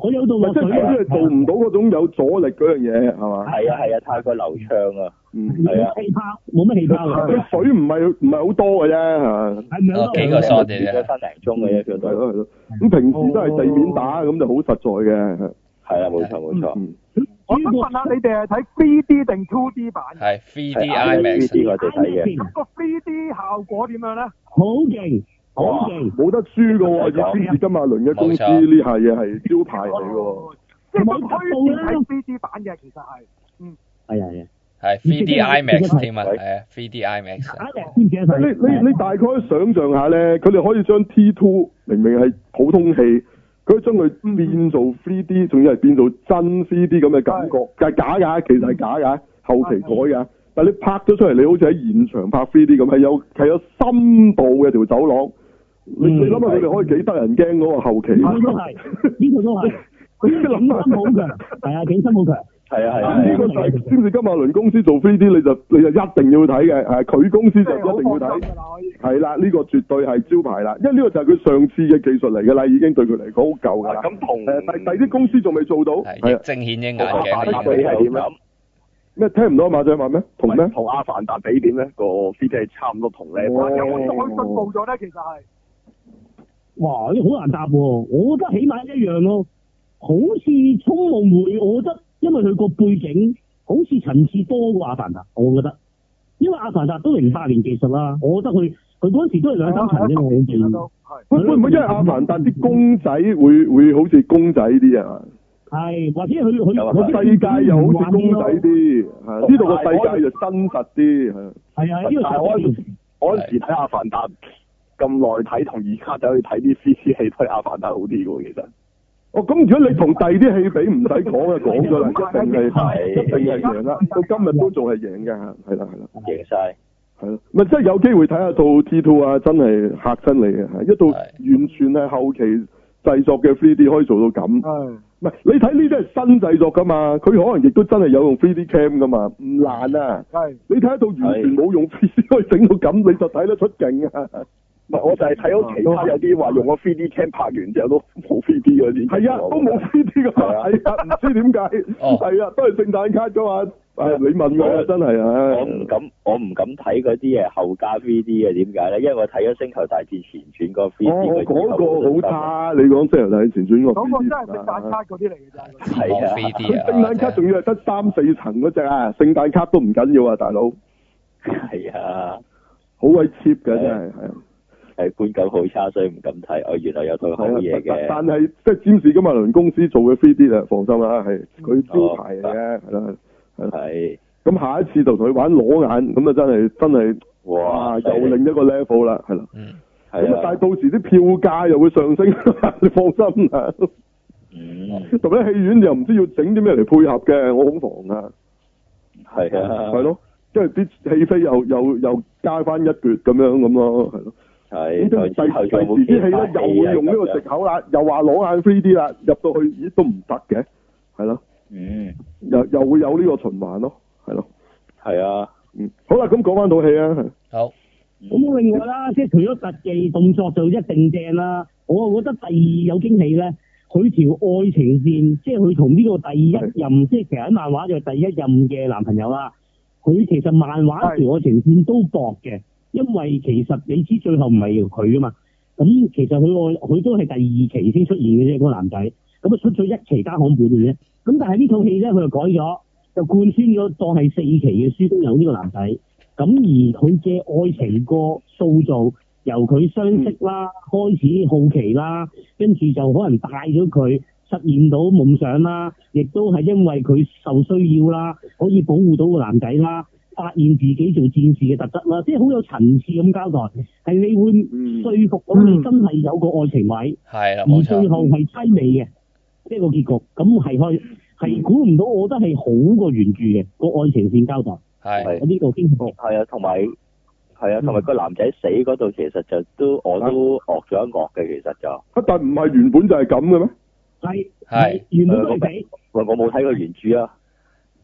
Speaker 6: 我有到
Speaker 2: 唔係
Speaker 6: 落
Speaker 2: 即
Speaker 6: 水
Speaker 2: 係
Speaker 6: 啊
Speaker 2: 佢都係做唔到嗰種有阻力嗰樣嘢，係嘛？
Speaker 4: 係啊係啊，太過流暢啊！
Speaker 2: 嗯。
Speaker 4: 係啊
Speaker 6: 冇氣泡，冇乜氣泡嘅，
Speaker 2: 佢水唔係唔係好多嘅啫，係嘛？
Speaker 6: 係咪啊
Speaker 3: 哦幾個
Speaker 4: 跌
Speaker 3: shot
Speaker 4: 咗分零鐘嘅
Speaker 2: 係
Speaker 4: 啫，佢
Speaker 7: 嗯
Speaker 4: 都
Speaker 2: 咯係咯。咁平時都係地面打，咁就好實在嘅。
Speaker 4: 係啊，冇錯冇錯。
Speaker 2: 嗯
Speaker 5: 我想問下你哋係睇 3D 定 2D 版嘅？
Speaker 3: 係 3D
Speaker 4: 係 IMAX
Speaker 3: IMAX，啊
Speaker 4: 我哋睇嘅，
Speaker 5: 咁個 3D 效果點樣咧？
Speaker 6: 好勁，好勁，
Speaker 2: 冇得輸㗎喎，以先至金馬倫嘅公司呢下嘢係招牌嚟㗎喎。
Speaker 5: 即係個推薦睇 3D 版嘅，其實係。
Speaker 6: 係啊係啊，
Speaker 3: 係 3D IMAX 添啊，係啊 3D IMAX 啊。
Speaker 6: 打力先寫
Speaker 2: 你你你
Speaker 6: 曬，
Speaker 2: 大概想象下咧，佢哋可以將 T two 明明係普通戲，佢將佢變做 three D，仲要係變做真 three D 咁嘅感覺，係假㗎，其實係假㗎，後期改㗎。但係你拍咗出嚟，你好似喺現場拍 three D 咁，係有係有深度嘅條走廊。你
Speaker 6: 嗯
Speaker 2: 你諗下佢哋可以幾得人驚嗰個後期，
Speaker 6: 呢個都係，呢個都係，佢警心好強，係啊，警心好強，
Speaker 4: 係啊係啊
Speaker 2: 呢
Speaker 4: 係
Speaker 2: 個
Speaker 4: 啊。
Speaker 2: 就係先至金馬倫公司做 three D，你就你就一定要睇嘅，係佢公司就一定要睇。係啦，呢、個絕對係招牌啦，因為呢個就係佢上次嘅技術嚟㗎啦，已經對佢嚟講好舊
Speaker 4: 啊
Speaker 2: 㗎啦。
Speaker 7: 咁同
Speaker 4: 嗯
Speaker 2: 誒、第第啲公司仲未做到，
Speaker 3: 係
Speaker 2: 係啊
Speaker 3: 疫症顯影眼
Speaker 7: 阿
Speaker 3: 鏡
Speaker 7: 凡
Speaker 3: 呢
Speaker 7: 達
Speaker 3: 件
Speaker 7: 比係點咧？
Speaker 2: 咩聽唔到馬仔話咩？同咩？
Speaker 7: 同阿凡達比點咧？個 fit 係差唔多同咧。
Speaker 2: 哦
Speaker 5: 有冇再進步咗咧？其實係。
Speaker 6: 哇！呢好難答喎，我覺得起碼一樣咯。好似《衝夢會》，我覺得因為佢個背景好似層次多過《阿凡達》，我覺得，因為《阿凡達》都零八年技術啦，我覺得佢佢嗰陣時都係兩三
Speaker 5: 哦
Speaker 6: 層啫，我好
Speaker 5: 其實都
Speaker 6: 見
Speaker 2: 會
Speaker 5: 係。
Speaker 2: 會唔會因為阿凡達啲公仔會會好似公仔啲啊？
Speaker 6: 係或者佢佢
Speaker 4: 有啊
Speaker 6: 佢
Speaker 2: 世界又好似公仔啲，係呢度個世界就真實啲，係
Speaker 6: 係啊，呢個
Speaker 7: 但係我
Speaker 6: 實際
Speaker 7: 我嗰陣時睇阿凡達咁耐睇，同而家走去睇啲 fit 戲睇阿凡達好啲喎，其實。
Speaker 2: 哦，咁如果你同第二啲戲比，唔使講啊，講咗啦，一定係
Speaker 4: 係
Speaker 2: 一定係贏啦，到今日都仲係贏嘅，係啦係啦。
Speaker 4: 贏晒，
Speaker 2: 係咯，咪真係有機會睇下套 T Two 啊，真係嚇親你嘅，係一套
Speaker 3: 係
Speaker 2: 完全係後期製作嘅 3D 可以做到咁。
Speaker 5: 係。
Speaker 2: 唔係你睇呢啲係新製作噶嘛，佢可能亦都真係有用 3D cam 噶嘛，唔難啊！
Speaker 5: 係。
Speaker 2: 你睇一套完全冇用 3D 可以整到咁，你就睇得出勁啊！
Speaker 7: 唔係，我就係睇到其他有啲話用個 3D cam 拍完之後都 <laughs> 冇 3D 嗰啲。
Speaker 2: 係啊，都冇 3D 噶嘛，係啊，唔知點解，
Speaker 3: 哦
Speaker 2: 係啊，都係聖誕卡噶嘛。唉，你問我啊
Speaker 4: 我
Speaker 2: 真係啊
Speaker 4: 我，唔敢我唔敢睇嗰啲誒後加 3D 嘅點解咧？因為我睇咗《星球大戰前傳》個
Speaker 2: 我
Speaker 4: 3D
Speaker 2: 哦我
Speaker 4: 佢之後
Speaker 2: 嗰個好。差，你講《星人大前傳》個
Speaker 5: 嗰個
Speaker 2: 3D
Speaker 5: 真係聖誕卡嗰啲嚟嘅啫。
Speaker 4: 係啊
Speaker 2: 佢
Speaker 3: 3D 哦啊，
Speaker 2: 聖誕卡仲要係得三四層嗰只啊！聖誕卡都唔緊要啊，大佬，
Speaker 4: 係啊。
Speaker 2: 好鬼 cheap 嘅真係，係啊
Speaker 4: 係觀感好差，所以唔敢睇。我原來有套好
Speaker 2: 係
Speaker 4: 嘢
Speaker 2: 啊，但但
Speaker 4: 嘅，
Speaker 2: 係即係詹士金馬倫公司做嘅 3D 啊，放心啦，係
Speaker 4: 嗯
Speaker 2: 佢招牌嚟
Speaker 4: 哦
Speaker 2: 嘅，係啦。
Speaker 4: 係
Speaker 2: 咁下一次就同佢玩裸眼，咁啊真係真係
Speaker 4: 哇，
Speaker 2: 哇，
Speaker 4: 犀利
Speaker 2: 啊又另一個 level 啦，係啦。
Speaker 3: 嗯，
Speaker 4: 係
Speaker 2: 咁啊，但係
Speaker 4: 啊，
Speaker 2: 到時啲票價又會上升， <laughs> 你放心啊。
Speaker 4: 嗯，
Speaker 2: 同埋戲院又唔知要整啲咩嚟配合嘅，我恐防啊，
Speaker 4: 係啊，
Speaker 2: 係，咯，因為啲戲飛又又又加翻一橛咁樣咁咯，係咯。
Speaker 4: 係
Speaker 2: 咁
Speaker 4: 再
Speaker 2: 跟住第
Speaker 4: 之後仲有
Speaker 2: 第時啲
Speaker 4: 冇
Speaker 2: 戲
Speaker 4: 其
Speaker 2: 咧又
Speaker 4: 他
Speaker 2: 會
Speaker 4: 戲啊
Speaker 2: 用呢個藉口啦，又話攞眼 3D 啦，入到去咦都唔得嘅，係咯，
Speaker 4: 嗯，
Speaker 2: 又又會有呢個循環咯，係咯，
Speaker 4: 系啊，
Speaker 2: 嗯，好啦，咁講翻套戲啊，係
Speaker 3: 好，
Speaker 6: 咁啊另外啦，即係除咗特技動作就一定正啦，我覺得第二有驚喜咧，佢條愛情線，即係佢同呢個第一任，即係其實喺漫畫就係第一任嘅男朋友啦。佢其實漫畫條愛情線都薄嘅，因為其實你知最後唔係佢噶啊嘛。咁其實佢愛佢都係第二期先出現嘅啫，嗰、個男仔。咁啊出咗一期單行本嘅啫。咁但係呢套戲咧，佢就改咗，就貫穿咗當係四期嘅書都有呢個男仔。咁而佢嘅愛情個塑造，由佢相識啦，開始好奇啦，跟住就可能帶咗佢實現到夢想啦，亦都係因為佢受需要啦，可以保護到個男仔啦，發現自己做戰士嘅特質啦，即係好有層次咁交代，係你
Speaker 2: 嗯
Speaker 6: 會說服到你真係有個愛情位。
Speaker 3: 係啦，
Speaker 6: 而
Speaker 3: 嗯冇
Speaker 6: 最
Speaker 3: 錯，
Speaker 6: 後係凄美嘅，即係個結局，咁係開係估唔到，我覺得係好過原著嘅個愛情線交代，
Speaker 3: 係
Speaker 6: 我呢個經過。
Speaker 4: 系啊，同埋係啊，同埋個男仔死嗰度其實就都我都惡咗一惡嘅，其實就
Speaker 2: 啊，但唔係原本就係咁嘅咩？
Speaker 6: 係
Speaker 3: 係
Speaker 6: 原本都係死，
Speaker 4: 喂我冇睇過原著啊，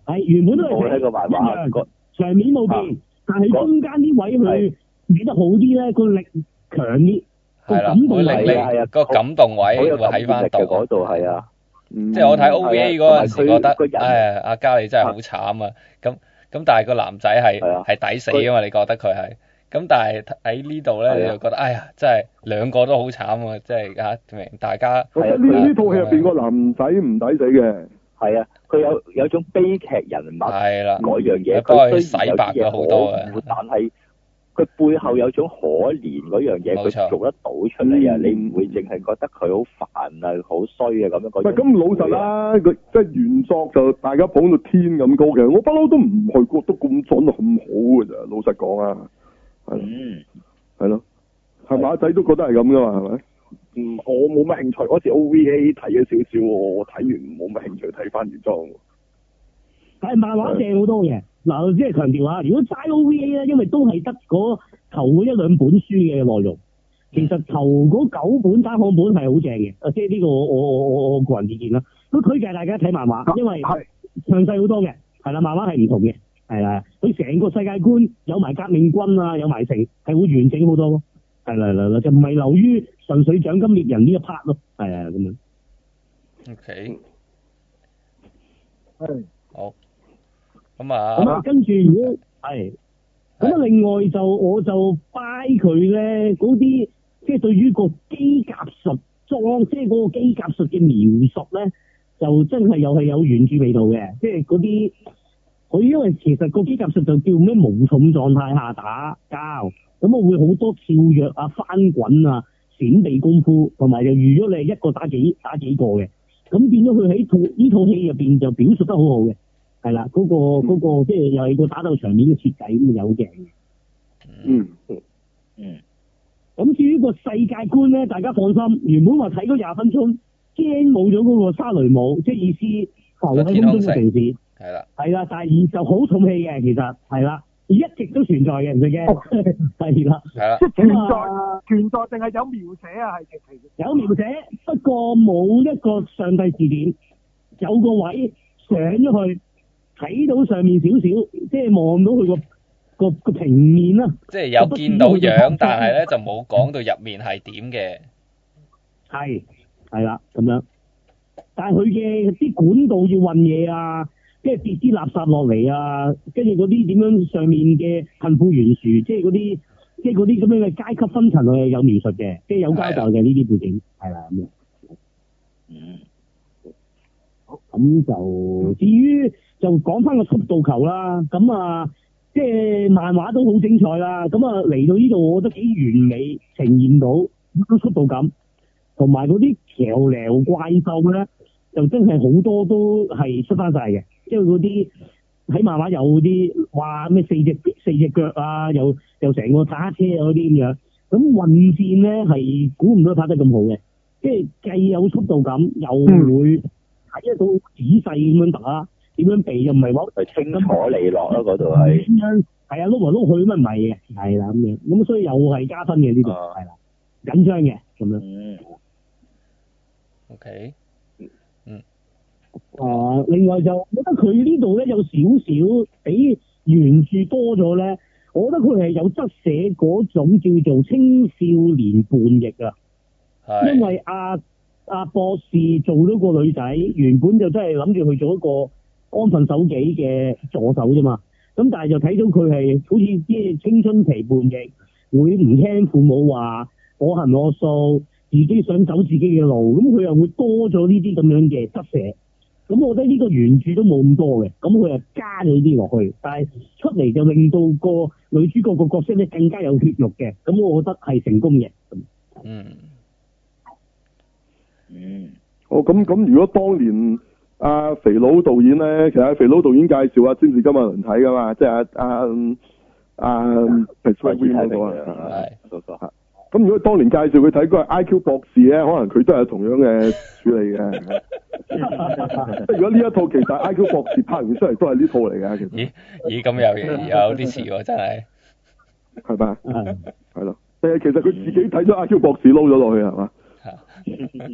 Speaker 6: 係原本都
Speaker 4: 我冇
Speaker 6: 係
Speaker 4: 睇
Speaker 6: 死
Speaker 4: 過漫畫，
Speaker 6: 一樣
Speaker 4: 嗰
Speaker 6: 上面冇變，但係中間啲位佢演得好啲咧，個力強啲，
Speaker 3: 係啦，
Speaker 6: 個感動
Speaker 3: 會令
Speaker 4: 係啊係
Speaker 3: 你
Speaker 4: 啊
Speaker 3: 個感動位
Speaker 4: 好有
Speaker 3: 會喺
Speaker 4: 感染力
Speaker 3: 翻
Speaker 4: 嘅
Speaker 3: 度。
Speaker 4: 嗰度係啊，
Speaker 2: 嗯
Speaker 3: 即係我睇 OVA 嗰陣時覺得
Speaker 4: 同埋佢個，人
Speaker 3: 唉，阿嘉莉真係好慘啊！咁咁，但係個男仔係
Speaker 4: 係啊
Speaker 3: 係抵死啊嘛，你覺得佢係？咁但係喺呢度咧，
Speaker 4: 係啊
Speaker 3: 你就覺得，哎呀，真係兩個都好慘啊！即係嚇，明大家
Speaker 2: 我覺得
Speaker 4: 係
Speaker 2: 呢
Speaker 4: 啊
Speaker 2: 呢套戲入邊個男仔唔抵死嘅，
Speaker 4: 係啊，佢有有種悲劇人物嗰
Speaker 3: 係啦，
Speaker 4: 樣嘢，
Speaker 3: 不過佢
Speaker 4: 佢雖然
Speaker 3: 洗
Speaker 4: 有
Speaker 3: 白
Speaker 4: 啲
Speaker 3: 咗
Speaker 4: 嘢
Speaker 3: 好多啊
Speaker 4: 可惡，但係佢背後有種可憐嗰樣嘢，
Speaker 3: 冇錯
Speaker 4: 佢做得到出嚟啊！
Speaker 2: 嗯
Speaker 4: 你唔會淨係覺得佢好煩啊、好衰啊咁樣嗰
Speaker 2: 喂，
Speaker 4: 種
Speaker 2: 咁老實啦，佢即係原作就大家捧到天咁高嘅，我不嬲都唔係覺得咁準咁好嘅咋，老實講啊，係咯
Speaker 4: 嗯，
Speaker 2: 係咯，係咪阿仔都覺得係咁噶嘛，係咪？
Speaker 7: 嗯，我冇乜興趣，嗰時 OVA 睇咗少少喎，我睇完冇乜興趣睇翻原裝喎。
Speaker 6: 但係漫畫正好多嘅。嗱，我只係強調下，如果齋 OVA 咧，因為都係得嗰頭嗰一兩本書嘅內容，其實頭嗰九本單行本係好正嘅。啊，即係呢個我我我我我個人意見啦。都推介大家睇漫畫，因為
Speaker 5: 係
Speaker 6: 詳細好多嘅，啊係啦，漫畫係唔同嘅，係啦，佢成個世界觀有埋革命軍啊，有埋城，係會完整好多咯。係啦係啦係啦，就唔係流於純粹獎金獵人呢一 part 咯，係啊咁樣。
Speaker 3: OK，
Speaker 5: 係
Speaker 3: 好。咁啊，
Speaker 6: 咁啊，跟住如果係，咁啊，另外就我就 buy 佢咧嗰啲，即係對於個機甲術裝，即係嗰個機甲術嘅描述咧，就真係又係有原著味道嘅，即係嗰啲佢因為其實個機甲術就叫咩無重狀態下打交，咁啊會好多跳躍啊、翻滾啊、閃避功夫，同埋就預咗你係一個打幾打幾個嘅，咁變咗佢喺套呢套戲入邊就表述得好好嘅。係啦，嗰、個嗰、個即係又係個打鬥場面嘅設計咁有嘅。
Speaker 3: Ừ,
Speaker 2: 嗯，
Speaker 6: 咁至於個世界觀咧，大家放心，原本話睇嗰廿分鐘，驚冇咗嗰個沙雷姆，即係意思浮喺空中嘅城市，
Speaker 3: 係啦，
Speaker 6: 係啦，但係就好重氣嘅，其實係啦，一直都存在嘅，唔使
Speaker 5: 哦
Speaker 6: 驚， <laughs> 係啦，
Speaker 3: 係啦，
Speaker 5: 即係存
Speaker 6: 咁
Speaker 5: 在
Speaker 6: 啊
Speaker 5: 存在定係有描寫啊？係其其實
Speaker 6: 有描寫，不過冇一個上帝視點，有個位上咗去，睇到上面少少，即係望到佢個個個平面啦。
Speaker 3: 即係有見到樣，但係咧就冇講到入面係點嘅。
Speaker 6: 係係啦咁樣。但係佢嘅啲管道要運嘢啊，跟住跌啲垃圾落嚟啊，跟住嗰啲點樣上面嘅貧富懸殊，即係嗰啲即係嗰啲咁樣嘅階級分層，佢係有描述嘅，即係有交代嘅呢啲背景，係啦咁樣。
Speaker 4: 嗯，
Speaker 6: 咁就至於就講翻個速度球啦，咁啊，即係漫畫都好精彩啦。咁啊嚟到呢度，我覺得幾完美呈現到個速度感，同埋嗰啲橋梁怪獸咧，就真係好多都係出翻晒嘅，即係嗰啲。喺漫畫有啲話咩四隻四隻腳啊，又又成個打車啊嗰啲咁樣，咁混戰咧係估唔到拍得咁好嘅，即係既有速度感，又會睇得到仔細咁樣打，點樣避又唔係話
Speaker 4: 佢清楚利落啦，嗰度係
Speaker 6: 咁樣係啊，碌嚟碌去咁啊唔係嘅，係啦咁樣，咁所以又係加分嘅呢度，
Speaker 4: 啊
Speaker 6: 係啦，緊張嘅咁樣。
Speaker 4: 嗯
Speaker 3: OK，
Speaker 6: 啊，另外就我覺得佢呢度咧有少少比原著多咗咧，我覺得佢係有側寫嗰種叫做青少年叛逆啊。
Speaker 3: 係
Speaker 6: 因為阿、阿、博士做咗個女仔，原本就真係諗住去做一個安分守己嘅助手啫嘛。咁但係就睇到佢係好似啲青春期叛逆，會唔聽父母話，我行我素，自己想走自己嘅路，咁佢又會多咗呢啲咁樣嘅側寫。咁我覺得呢個原著都冇咁多嘅，咁佢又加咗呢啲落去，但係出嚟就令到個女主角個角色咧更加有血肉嘅，咁我覺得係成功嘅。咁
Speaker 3: 嗯，
Speaker 4: 嗯，
Speaker 2: 哦，咁咁，如果當年阿、肥佬導演咧，其實阿肥佬導演介紹阿詹士金馬倫睇噶嘛，即係阿阿嗯阿 p a t r i c 嗰個啊。
Speaker 3: 係
Speaker 4: 嗰個
Speaker 2: 咁如果當年介紹佢睇嗰個 I.Q. 博士咧，可能佢都係同樣嘅處理嘅。即係如果呢一套其實 I.Q. 博士拍完出嚟都係呢套嚟嘅，其實
Speaker 3: 咦咦咁又有啲似喎，真係
Speaker 2: 係咪？
Speaker 6: 啊
Speaker 2: 係咯，誒，其實佢自己睇咗 I.Q. 博士撈咗落去係嘛？
Speaker 3: 嚇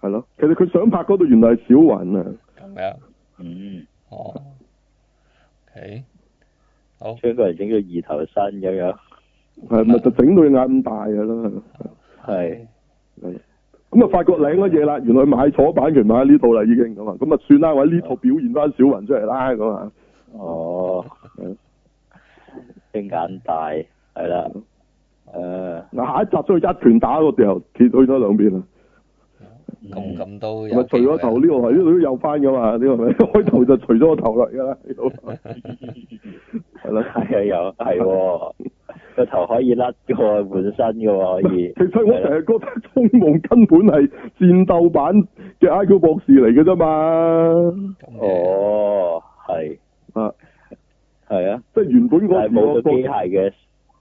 Speaker 2: 係咯，其實佢想拍嗰度原來係小雲啊。
Speaker 3: 咁樣
Speaker 4: 嗯，
Speaker 3: 哦，OK，好
Speaker 4: 將個人整到二頭身咁樣，
Speaker 2: 係咪就整到佢眼咁大啊嘅啦？
Speaker 4: 係
Speaker 2: 咁啊，發覺領咗嘢啦，原來買錯版權買喺呢套啦已經咁啊，咁啊算啦，或者呢套表現翻小雲出嚟啦咁啊，
Speaker 4: 哦，睛眼大係啦，誒
Speaker 2: 嗱下一集將佢一拳打個掉頭揭去咗兩邊啦，
Speaker 3: 咁咁
Speaker 4: 嗯
Speaker 3: 都
Speaker 2: 咁
Speaker 3: 有
Speaker 2: 啊除咗
Speaker 3: 機會
Speaker 2: 頭呢度係呢度都有翻噶嘛，呢個係咪開頭就除咗個頭嚟噶啦，呢
Speaker 4: <laughs>
Speaker 2: 度係啦。
Speaker 4: 係啊有係喎，個頭可以甩嘅喎，換身嘅喎
Speaker 2: <laughs>
Speaker 4: 可以，
Speaker 2: 其實我成日覺得《中夢》根本係戰鬥版嘅 IQ 博士嚟嘅啫嘛，
Speaker 3: 咁嘅
Speaker 4: 哦係
Speaker 2: 啊，
Speaker 4: 係啊。
Speaker 2: 即係原 <laughs> 本嗰
Speaker 4: 但係
Speaker 2: 時
Speaker 4: 冇
Speaker 2: 個
Speaker 4: 個機械嘅，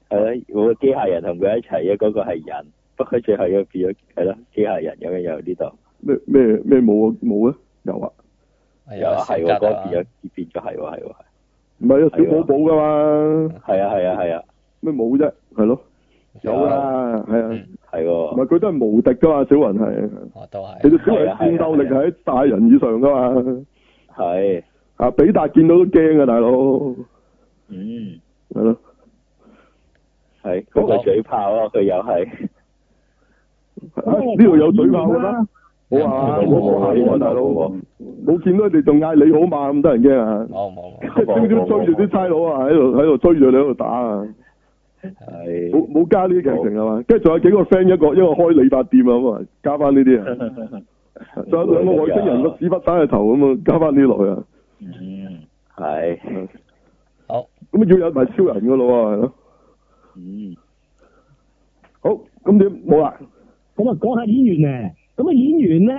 Speaker 4: 係咯，冇個機械人同佢一齊嘅嗰個係人，不過最後又變咗係咯機械人咁樣又呢度，
Speaker 2: 咩咩咩冇啊冇啊有啊，
Speaker 3: 係
Speaker 4: 又
Speaker 3: 有
Speaker 4: 係
Speaker 3: 性
Speaker 4: 喎，
Speaker 3: 格
Speaker 4: 嗰個
Speaker 3: 啊
Speaker 4: 變咗變咗係喎係喎，
Speaker 2: 唔係啊小寶寶噶嘛。
Speaker 4: 係啊係啊係啊
Speaker 2: 咩冇啫？係咯，有
Speaker 4: 有
Speaker 2: 啦，係啊，
Speaker 3: 嗯
Speaker 4: 係
Speaker 2: 唔
Speaker 4: 喎，
Speaker 2: 係佢都係無敵噶嘛，小雲係，
Speaker 3: 我都
Speaker 2: 其
Speaker 3: 係
Speaker 2: 實小雲戰鬥力
Speaker 4: 係啊
Speaker 2: 係喺大人以上噶嘛，
Speaker 4: 係，
Speaker 2: 啊，比達見到都驚啊，大佬，係
Speaker 4: 嗯
Speaker 2: 咯，
Speaker 4: 係嗰個嘴炮啊，佢又係
Speaker 2: 啊呢度有嘴炮嘅咩？冇啊，
Speaker 3: 冇
Speaker 2: 冇冇
Speaker 4: 冇
Speaker 2: 下
Speaker 4: 冇
Speaker 2: 啊，大佬，
Speaker 4: 冇
Speaker 2: 冇見到你仲嗌你好嘛咁得人驚啊！
Speaker 3: 冇冇冇
Speaker 2: <laughs> 即係朝朝追住啲差佬啊，喺度喺度追住你喺度打啊！冇
Speaker 4: 係
Speaker 2: 冇加呢啲劇情係啊嘛？跟住仲有幾個 friend 一個一個開理髮店啊咁啊，加翻呢啲啊！仲有兩個外星人個屎忽打喺頭咁啊，加翻呢啲落去啊！
Speaker 4: 嗯係
Speaker 3: 好
Speaker 2: 咁啊要有埋超人噶咯喎，係咯。
Speaker 4: 嗯
Speaker 2: 好，咁點冇啦？
Speaker 6: 咁啊，講下演員咧。咁啊，演員咧，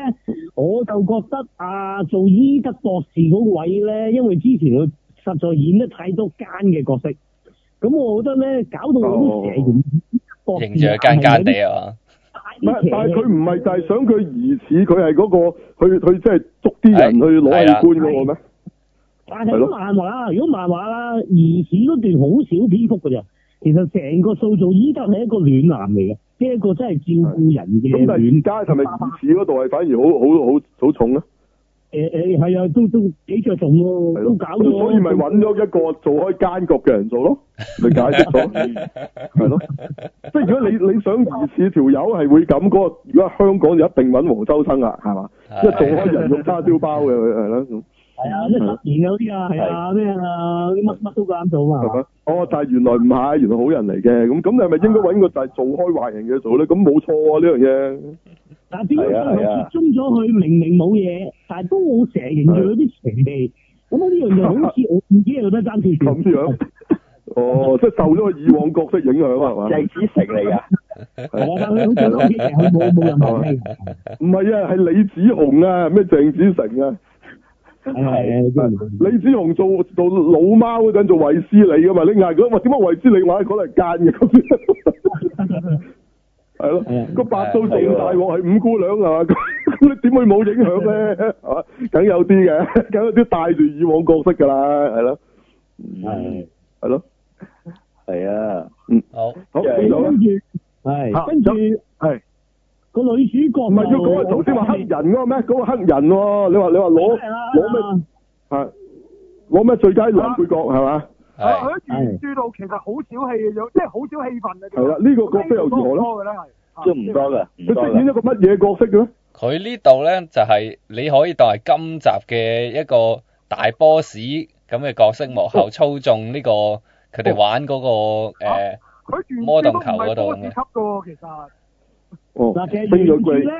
Speaker 6: 我就覺得啊，做伊德博士嗰位咧，因為之前佢實在演得太多奸嘅角色，咁我覺得咧，搞到我都成日嫌伊德
Speaker 2: 哦
Speaker 6: 博士
Speaker 3: 形象奸奸地啊
Speaker 2: 唔係，但係佢唔係就係想佢疑似佢係嗰個，佢佢即係捉啲人去攞器官嗰個咩？
Speaker 6: 但係如果漫畫，如果漫畫啦，疑似嗰段好少篇幅嘅啫。其實成個塑造伊德係一個暖男嚟嘅，即係一個真係照顧人嘅
Speaker 2: 咁但係
Speaker 6: 暖
Speaker 2: 而家係咪疑似嗰度係反而好好好好重咧？
Speaker 6: 誒誒係啊，都都幾着重咯，
Speaker 2: 係
Speaker 6: 都
Speaker 2: 咯，
Speaker 6: 搞咗。
Speaker 2: 咁所以咪揾咗一個做開奸角嘅人做咯，咪解釋
Speaker 6: <laughs>
Speaker 2: 咗，係咯。即係如果你你想疑似條友係會咁嗰個，如果喺香港就一定揾黃秋生啦，係嘛？
Speaker 3: 係
Speaker 2: 即係做開人肉叉燒包嘅佢係
Speaker 6: <laughs>
Speaker 2: 咯。
Speaker 6: 係啊，咩十年嗰啲啊，係啊，咩啊，啲乜乜都夠膽做啊嘛
Speaker 2: 係。咪？哦，但係原來唔係，原來好人嚟嘅。咁咁你係咪應該揾個就係做開壞人嘅做咧？咁冇錯啊呢樣嘢。
Speaker 6: 但係點解
Speaker 4: 係啊係啊
Speaker 6: 佢中咗佢明明冇嘢，但係都我成日認住有啲邪味。咁我呢樣嘢好似我自己有得爭少 <laughs> 少。
Speaker 2: 咁樣哦，即係受咗佢以往角色影響啊係
Speaker 6: <laughs>
Speaker 2: 嘛？
Speaker 4: 鄭子誠嚟㗎，
Speaker 6: 係啊，但係佢好似好嘅，佢冇冇任何咩。
Speaker 2: 唔係啊，係李子雄啊，咩鄭子誠啊？
Speaker 6: 係係
Speaker 2: 李子雄做做老貓嗰陣做衛斯理噶嘛？你嗌佢喂點解衛斯理話嗰嚟奸嘅咁
Speaker 6: <laughs>
Speaker 2: 樣？係咯
Speaker 6: 係啊，啊
Speaker 2: 個白素仲大鑊係五姑娘係嘛？咁咁你點會冇影響咧？係嘛？梗有啲嘅，梗有啲帶住以往角色㗎啦，係咯，
Speaker 4: 係
Speaker 2: 係咯。
Speaker 4: 嗯係啊，
Speaker 3: 好
Speaker 2: 好，
Speaker 3: Ờ,
Speaker 2: 啊
Speaker 4: 即係
Speaker 2: 咁就
Speaker 6: 跟
Speaker 2: 咧
Speaker 6: 住係跟住
Speaker 2: 係
Speaker 6: 個女主角
Speaker 2: 唔係要嗰個頭先話黑人嗰個咩？嗰個黑人喎，你話你話攞
Speaker 6: 啊
Speaker 2: 攞咩
Speaker 6: 咩？
Speaker 2: 係攞咩最佳男配角係嘛？
Speaker 5: Ờ,
Speaker 3: 係
Speaker 2: 係啦，呢個角色又如何咧？啊
Speaker 4: 都唔多噶，唔
Speaker 2: 佢
Speaker 4: 多
Speaker 2: 飾演
Speaker 4: 噶。
Speaker 2: 一個乜嘢角色嘅咧？
Speaker 3: 佢呢度咧就係、你可以當係今集嘅一個大 boss 咁嘅角色，幕後操縱呢、個佢哋玩嗰、個、呃
Speaker 2: 哦，
Speaker 6: 嗱，其實
Speaker 2: 升咗
Speaker 6: 原著
Speaker 2: 貴
Speaker 6: 咧，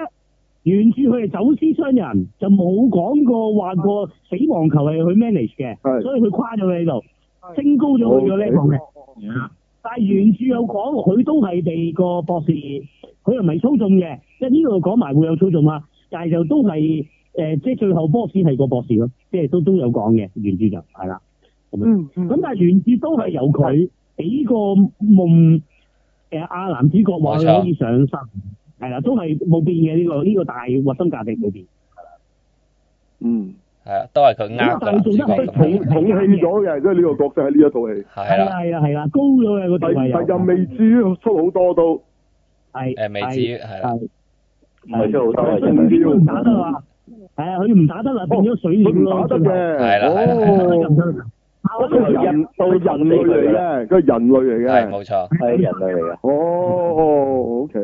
Speaker 6: 原著佢係走私商人，就冇講過話個死亡球係佢 manage
Speaker 2: 係
Speaker 6: 嘅，所以佢跨咗佢喺度，升高咗佢個 level
Speaker 2: 哦
Speaker 6: 嘅。但係原著有講佢都係被個博士，佢又唔係操縱嘅，即係呢度講埋會有操縱啦，但係就都係誒、呃即係最後 boss 係個博士咯，即係都都有講嘅原著就係啦。
Speaker 2: 嗯
Speaker 3: 嗯
Speaker 6: 咁但係原著都係由佢俾個夢誒阿男主角話佢可以上身，係啦，都係冇變嘅呢、個呢、個大核心價值冇變。
Speaker 2: 嗯，
Speaker 3: 係啊，都係佢呃個男主角
Speaker 2: 即係
Speaker 3: 咁
Speaker 2: 重
Speaker 3: 樣
Speaker 2: 重戲咗嘅，即係呢個角色喺呢一套戲，
Speaker 3: 係啊
Speaker 6: 係
Speaker 3: 啦
Speaker 6: 啦，係啦係啦，高咗嘅個地位
Speaker 2: 但
Speaker 6: 又
Speaker 2: 但又未至於出好多到。
Speaker 6: 係
Speaker 3: 誒未至於係啦，
Speaker 6: 係
Speaker 4: 唔係出好多嘅
Speaker 2: 真係哦
Speaker 4: 啫。
Speaker 6: 佢唔打得啦，係啊，佢唔打得啦，變咗水
Speaker 2: 佢
Speaker 6: 鳥
Speaker 2: 唔打
Speaker 6: 咯，
Speaker 2: 得
Speaker 6: 最後
Speaker 2: 嘅，
Speaker 3: 係啦係啦
Speaker 6: 打
Speaker 2: 哦，
Speaker 6: 得入去
Speaker 2: 佢係人佢係人類嚟嘅，佢係人類嚟
Speaker 3: 係
Speaker 2: 嘅，
Speaker 3: 冇錯，
Speaker 4: 係人類嚟
Speaker 2: 哦，OK，哦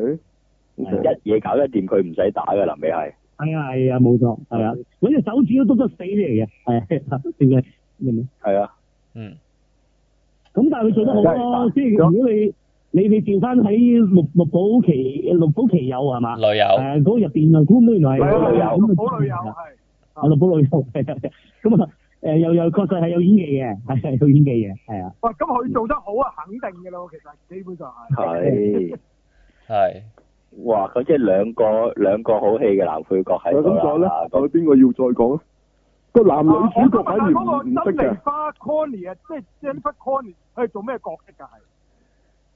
Speaker 4: 嘅，一嘢搞得掂佢唔使打嘅，臨尾係。
Speaker 6: 係啊係啊，冇錯係啊，嗰隻手指都篤得死你嚟嘅，係啊點解明唔明？
Speaker 4: 係啊，
Speaker 3: 嗯，
Speaker 6: 咁但係佢做得好咯，即係如果你你你調翻喺六六寶奇六寶奇友係嘛？
Speaker 3: 女友
Speaker 6: 誒嗰個入邊啊，估唔到原來係
Speaker 4: 係啊
Speaker 6: 啊，六寶女友 <laughs> 係啊，咁啊誒又又確實係有演技嘅，係係 <laughs> 有演技嘅，係啊，
Speaker 2: 嗯啊
Speaker 4: 係。
Speaker 3: 係
Speaker 4: 哇！佢即係兩個兩個好戲嘅男配角喺
Speaker 2: 咁
Speaker 4: 度
Speaker 2: 講咧
Speaker 4: 啦。，
Speaker 2: 有
Speaker 4: 咁
Speaker 2: 邊個要再講咧？啊個男女主角反而唔唔識嘅，啊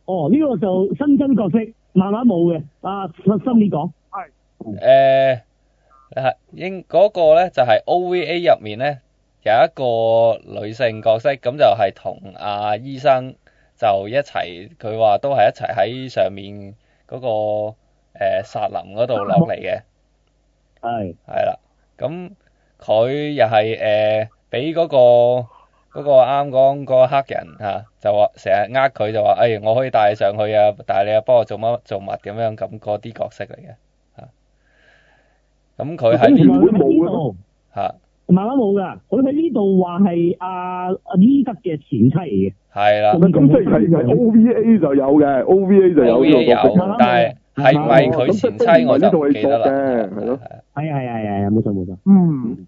Speaker 6: 哦呢個就新增角色慢慢冇嘅，啊心理
Speaker 3: 誒
Speaker 6: 講
Speaker 3: 係呃應嗰個咧就係 OVA 入面咧有一個女性角色，咁就係同阿醫生就一齊，佢話都係一齊喺上面嗰、個誒薩林嗰度落嚟嘅。
Speaker 6: 係
Speaker 3: 係啦，咁佢又係誒俾嗰個嗰、個啱講嗰個黑人嚇、啊就話成日呃佢就話，誒、我可以帶你上去啊，但係你又幫我做乜做乜咁樣咁嗰啲角色嚟嘅嚇。咁佢啊喺
Speaker 2: 原
Speaker 3: 呢
Speaker 2: 本冇嘅咩
Speaker 6: 嘅。
Speaker 3: 嚇
Speaker 6: 慢慢冇噶，佢喺呢度話係啊阿阿伊德嘅前妻嚟嘅，
Speaker 3: 係啦
Speaker 6: 咁
Speaker 2: 咁即係係係 OVA 就有嘅，OVA 就有
Speaker 3: ，OVA
Speaker 2: 呢個角色。
Speaker 3: 有，但係係咪佢前妻我就唔記得啦。
Speaker 2: 咁即係都唔係呢套戲作嘅係咯
Speaker 3: 係啊
Speaker 6: 係啊係啊係啊，冇錯冇錯，
Speaker 2: 嗯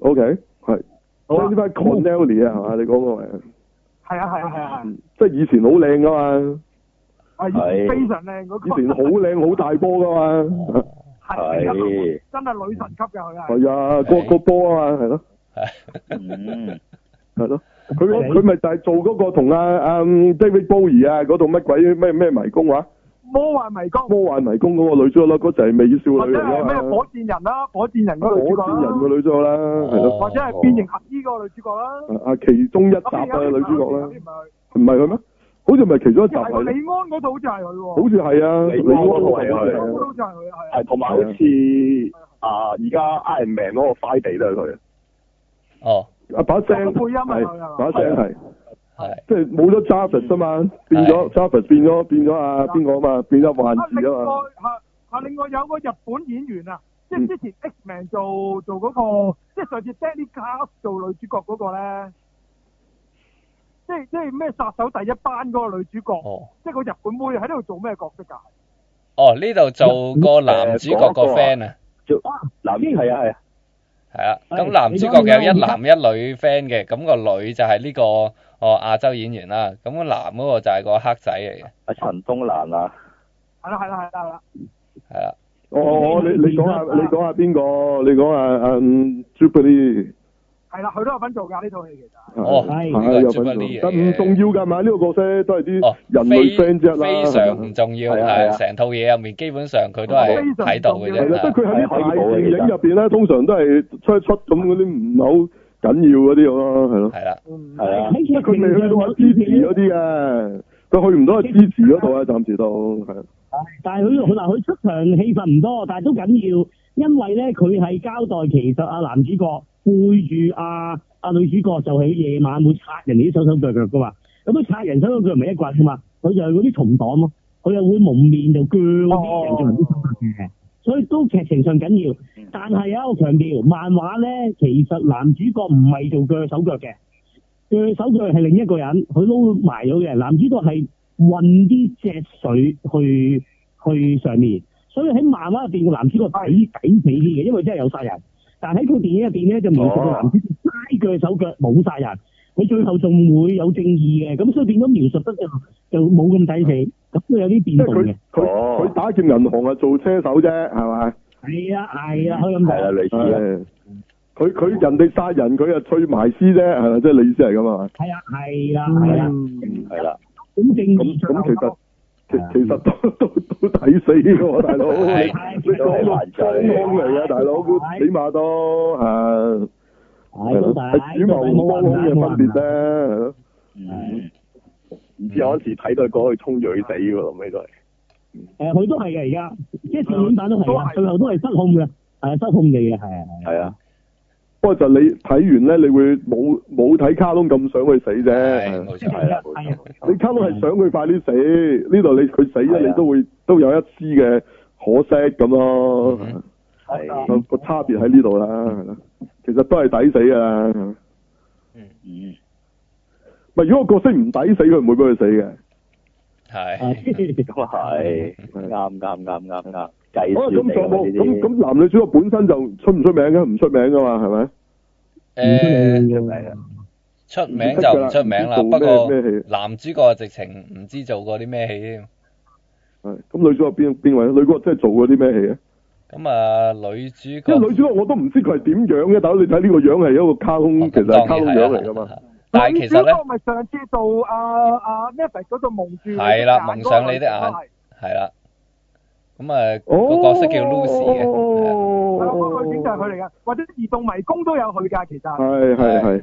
Speaker 2: OK，係。好呢班 Connelly 啊，係嘛？你講個係，嗯即係啊以前好靚噶嘛，以前好靚好大波噶嘛，
Speaker 4: 係，
Speaker 2: 係啊，個個波啊嘛，係咯，
Speaker 4: 嗯，
Speaker 2: 係咯。佢佢咪就係做嗰個同阿阿 David Bowie 啊嗰度乜鬼咩咩迷宮話魔幻迷宮嗰個女主角咯，嗰就係美
Speaker 5: 啊
Speaker 2: 少女嚟㗎嘛，啊火箭人嘅女主角啦，係咯，
Speaker 5: 或者係變形合衣嗰個女主角啦。
Speaker 2: 啊啊其中一集啊女主角啦，唔係佢咩？好似唔係其中一集
Speaker 5: 係李
Speaker 2: 係，
Speaker 5: 安嗰度好似係佢喎。
Speaker 2: 好似係啊，
Speaker 7: 李
Speaker 2: 李
Speaker 7: 安
Speaker 2: 安
Speaker 7: 嗰個係
Speaker 5: 李安
Speaker 2: 嗰
Speaker 5: 嗰
Speaker 2: 個
Speaker 5: 度好似係佢，係啊。
Speaker 7: 係同埋好似啊，而家 Iron Man 嗰個 Friday 都係佢。
Speaker 3: 哦，
Speaker 2: 啊把聲
Speaker 5: 配音啊
Speaker 2: 係
Speaker 5: 係啊
Speaker 2: 把聲係。
Speaker 3: 係
Speaker 2: 即係冇咗 Jarvis 啊嘛，變咗 Jarvis 變咗變咗啊邊個啊嘛，變咗幻
Speaker 5: 啊，
Speaker 2: 視
Speaker 5: 另
Speaker 2: 啊
Speaker 5: 外
Speaker 2: 嘛，
Speaker 5: 嚇嚇，另外有個日本演員啊，即
Speaker 2: 嗯
Speaker 5: 係之前 X-Man 做做嗰個，即係上次 Danny Cast 做女主角嗰個咧，即係即係咩殺手第一班嗰個女主角，
Speaker 3: 哦，
Speaker 5: 即係個日本妹喺度做咩角色㗎？
Speaker 3: 哦呢度做個男主角個 friend 啊。
Speaker 4: 男係啊係啊，
Speaker 3: 系啊，咁
Speaker 6: 係
Speaker 3: 男主角有一
Speaker 6: 你講
Speaker 3: 男一女 friend 嘅，咁個女就係呢個哦亞洲演員啦，咁個男嗰個就係個黑仔嚟嘅，
Speaker 4: 阿陳東南啊，
Speaker 5: 係啦係啦係啦係啦，
Speaker 3: 係啦，
Speaker 2: 哦，你你講下
Speaker 6: 嗯
Speaker 2: 你講下邊個？你講下啊嗯 Jubilee 啊
Speaker 5: 係啦，佢都有份做㗎呢套戲其實。
Speaker 3: 哦
Speaker 2: 係
Speaker 6: 呢
Speaker 3: 個
Speaker 2: 有份做
Speaker 3: Jubilee 嚟嘅
Speaker 2: 但唔重要㗎嘛？呢個角色都係啲
Speaker 3: 哦，
Speaker 2: 人類 friend 啫啦，
Speaker 3: 非非常唔重要，
Speaker 4: 係啊係啊
Speaker 3: 係成套嘢入面基本上佢都係喺度嘅
Speaker 2: 係啦，即係
Speaker 3: 啫，
Speaker 2: 佢喺啲
Speaker 4: 係
Speaker 2: 大
Speaker 4: 可以冇嘅
Speaker 2: 電
Speaker 4: 其實
Speaker 2: 影入邊咧，通常都係出一出咁嗰啲唔係好緊要嗰啲咯，係咯，
Speaker 3: 係啦，
Speaker 5: 嗯
Speaker 4: 係啊，
Speaker 6: 喺
Speaker 2: 即係佢未去到阿 Gigi 嗰啲嘅，佢佢去唔到阿芝士嗰度啊，暫時都係。
Speaker 6: 但係佢佢嗱佢出場戲份唔多，但係都緊要，因為咧佢係交代其實阿男主角背住阿阿女主角就喺夜晚會拆人哋啲手手腳腳噶嘛，咁佢拆人手手腳唔係一個人噶嘛，佢就係嗰啲同黨咯，佢又會蒙面就鋸嗰啲人做人啲手腳嘅，所以都劇情上緊要。但係啊，我強調漫畫咧，其實男主角唔係做鋸手腳嘅，鋸手腳係另一個人，佢撈埋咗嘅。男主角係運啲隻水去去上面，所以喺漫畫入邊個男主角抵抵死啲嘅，因為真係有殺人。但喺套電影入邊咧，就描述個
Speaker 7: 哦
Speaker 6: 男主角齋鋸手腳冇殺人，佢最後仲會有正義嘅，咁所以變咗描述得就就冇咁抵死，咁都有啲
Speaker 2: 即
Speaker 6: 變
Speaker 2: 係
Speaker 6: 動
Speaker 2: 佢
Speaker 6: 嘅。
Speaker 2: 佢
Speaker 7: 哦
Speaker 2: 佢打劫銀行啊，做車手啫，係咪？
Speaker 6: 係啊係啊，可以咁
Speaker 7: 係啦，
Speaker 6: 講。
Speaker 7: 類似啊，
Speaker 2: 係佢佢人哋殺人，佢啊吹埋屍啫，係咪？即係你意思係咁啊？
Speaker 6: 係啊係啊係啊，
Speaker 7: 係啦，
Speaker 6: 咁正義
Speaker 2: 咁咁其實
Speaker 6: 最後
Speaker 2: 其
Speaker 6: 係啊
Speaker 2: 其實都都都抵死嘅喎，大佬。
Speaker 3: 係
Speaker 2: 你講到光嚟啊，大佬，起碼都係
Speaker 6: 係都大，
Speaker 2: 係主謀同幫兇嘅分別啫。
Speaker 7: 嗯唔知有時睇到嗰去衝鋭死喎，後尾都係。
Speaker 6: 誒，佢都係嘅而家，即係電影版都係嘅，最後都係失控嘅，係失控嘅嘢，係啊係啊。
Speaker 7: 係啊，
Speaker 2: 不過就你睇完咧，你會冇冇睇卡通咁想佢死啫。
Speaker 3: 係
Speaker 2: 係
Speaker 3: 冇
Speaker 6: 係
Speaker 3: 錯，
Speaker 6: 啊係啊，
Speaker 2: 你卡通
Speaker 3: 嗯
Speaker 2: 係想佢快啲死，呢度你佢死
Speaker 7: 係
Speaker 2: 咗，
Speaker 7: 啊
Speaker 2: 你都會都有一絲嘅可惜咁咯。
Speaker 3: 嗯
Speaker 7: 係，
Speaker 2: 個個差別喺呢度啦，係啦其實都係抵死㗎啦。
Speaker 7: 嗯，
Speaker 2: 唔係，如果個角色唔抵死，佢唔會俾佢死嘅。
Speaker 6: à. Ờ,
Speaker 3: 係
Speaker 7: 咁啊係，啊
Speaker 2: 係
Speaker 7: 啱啱啱啱啱，計
Speaker 2: 哦，
Speaker 7: 算
Speaker 2: 咁仲有冇
Speaker 7: 嚟
Speaker 2: 咁
Speaker 3: 啊
Speaker 7: 呢啲，
Speaker 2: 咁男女主角本身就出唔出名嘅？唔出名噶嘛，係咪？
Speaker 3: 誒
Speaker 7: 係啊，
Speaker 3: 出名就唔出名啦，
Speaker 2: 唔
Speaker 3: 不
Speaker 2: 知做
Speaker 3: 過
Speaker 2: 咩咩戲
Speaker 3: 男主角直情唔知做過啲咩戲添。
Speaker 2: 係咁女主角邊邊位？女主角真係做過啲咩戲啊？
Speaker 3: 咁啊，女主角
Speaker 2: 因為女主角我都唔知佢係點樣嘅，但係你睇呢個樣係一個卡
Speaker 3: 哦
Speaker 2: 通，其實係卡通樣嚟㗎嘛。。
Speaker 3: 但係其實咧，
Speaker 5: 咪上次做啊啊 Netflix 嗰度蒙住你隻眼
Speaker 3: 係啦蒙上你的眼
Speaker 5: 嗰個女
Speaker 3: 係啦。咁啊，
Speaker 2: 哦，
Speaker 3: 個角色叫 Lucy 嘅係啊，
Speaker 5: 警係啦嗰個女警就係佢
Speaker 2: 嘅。
Speaker 5: 嚟噶，或者移動迷宮都有佢㗎，其實
Speaker 2: 係係係。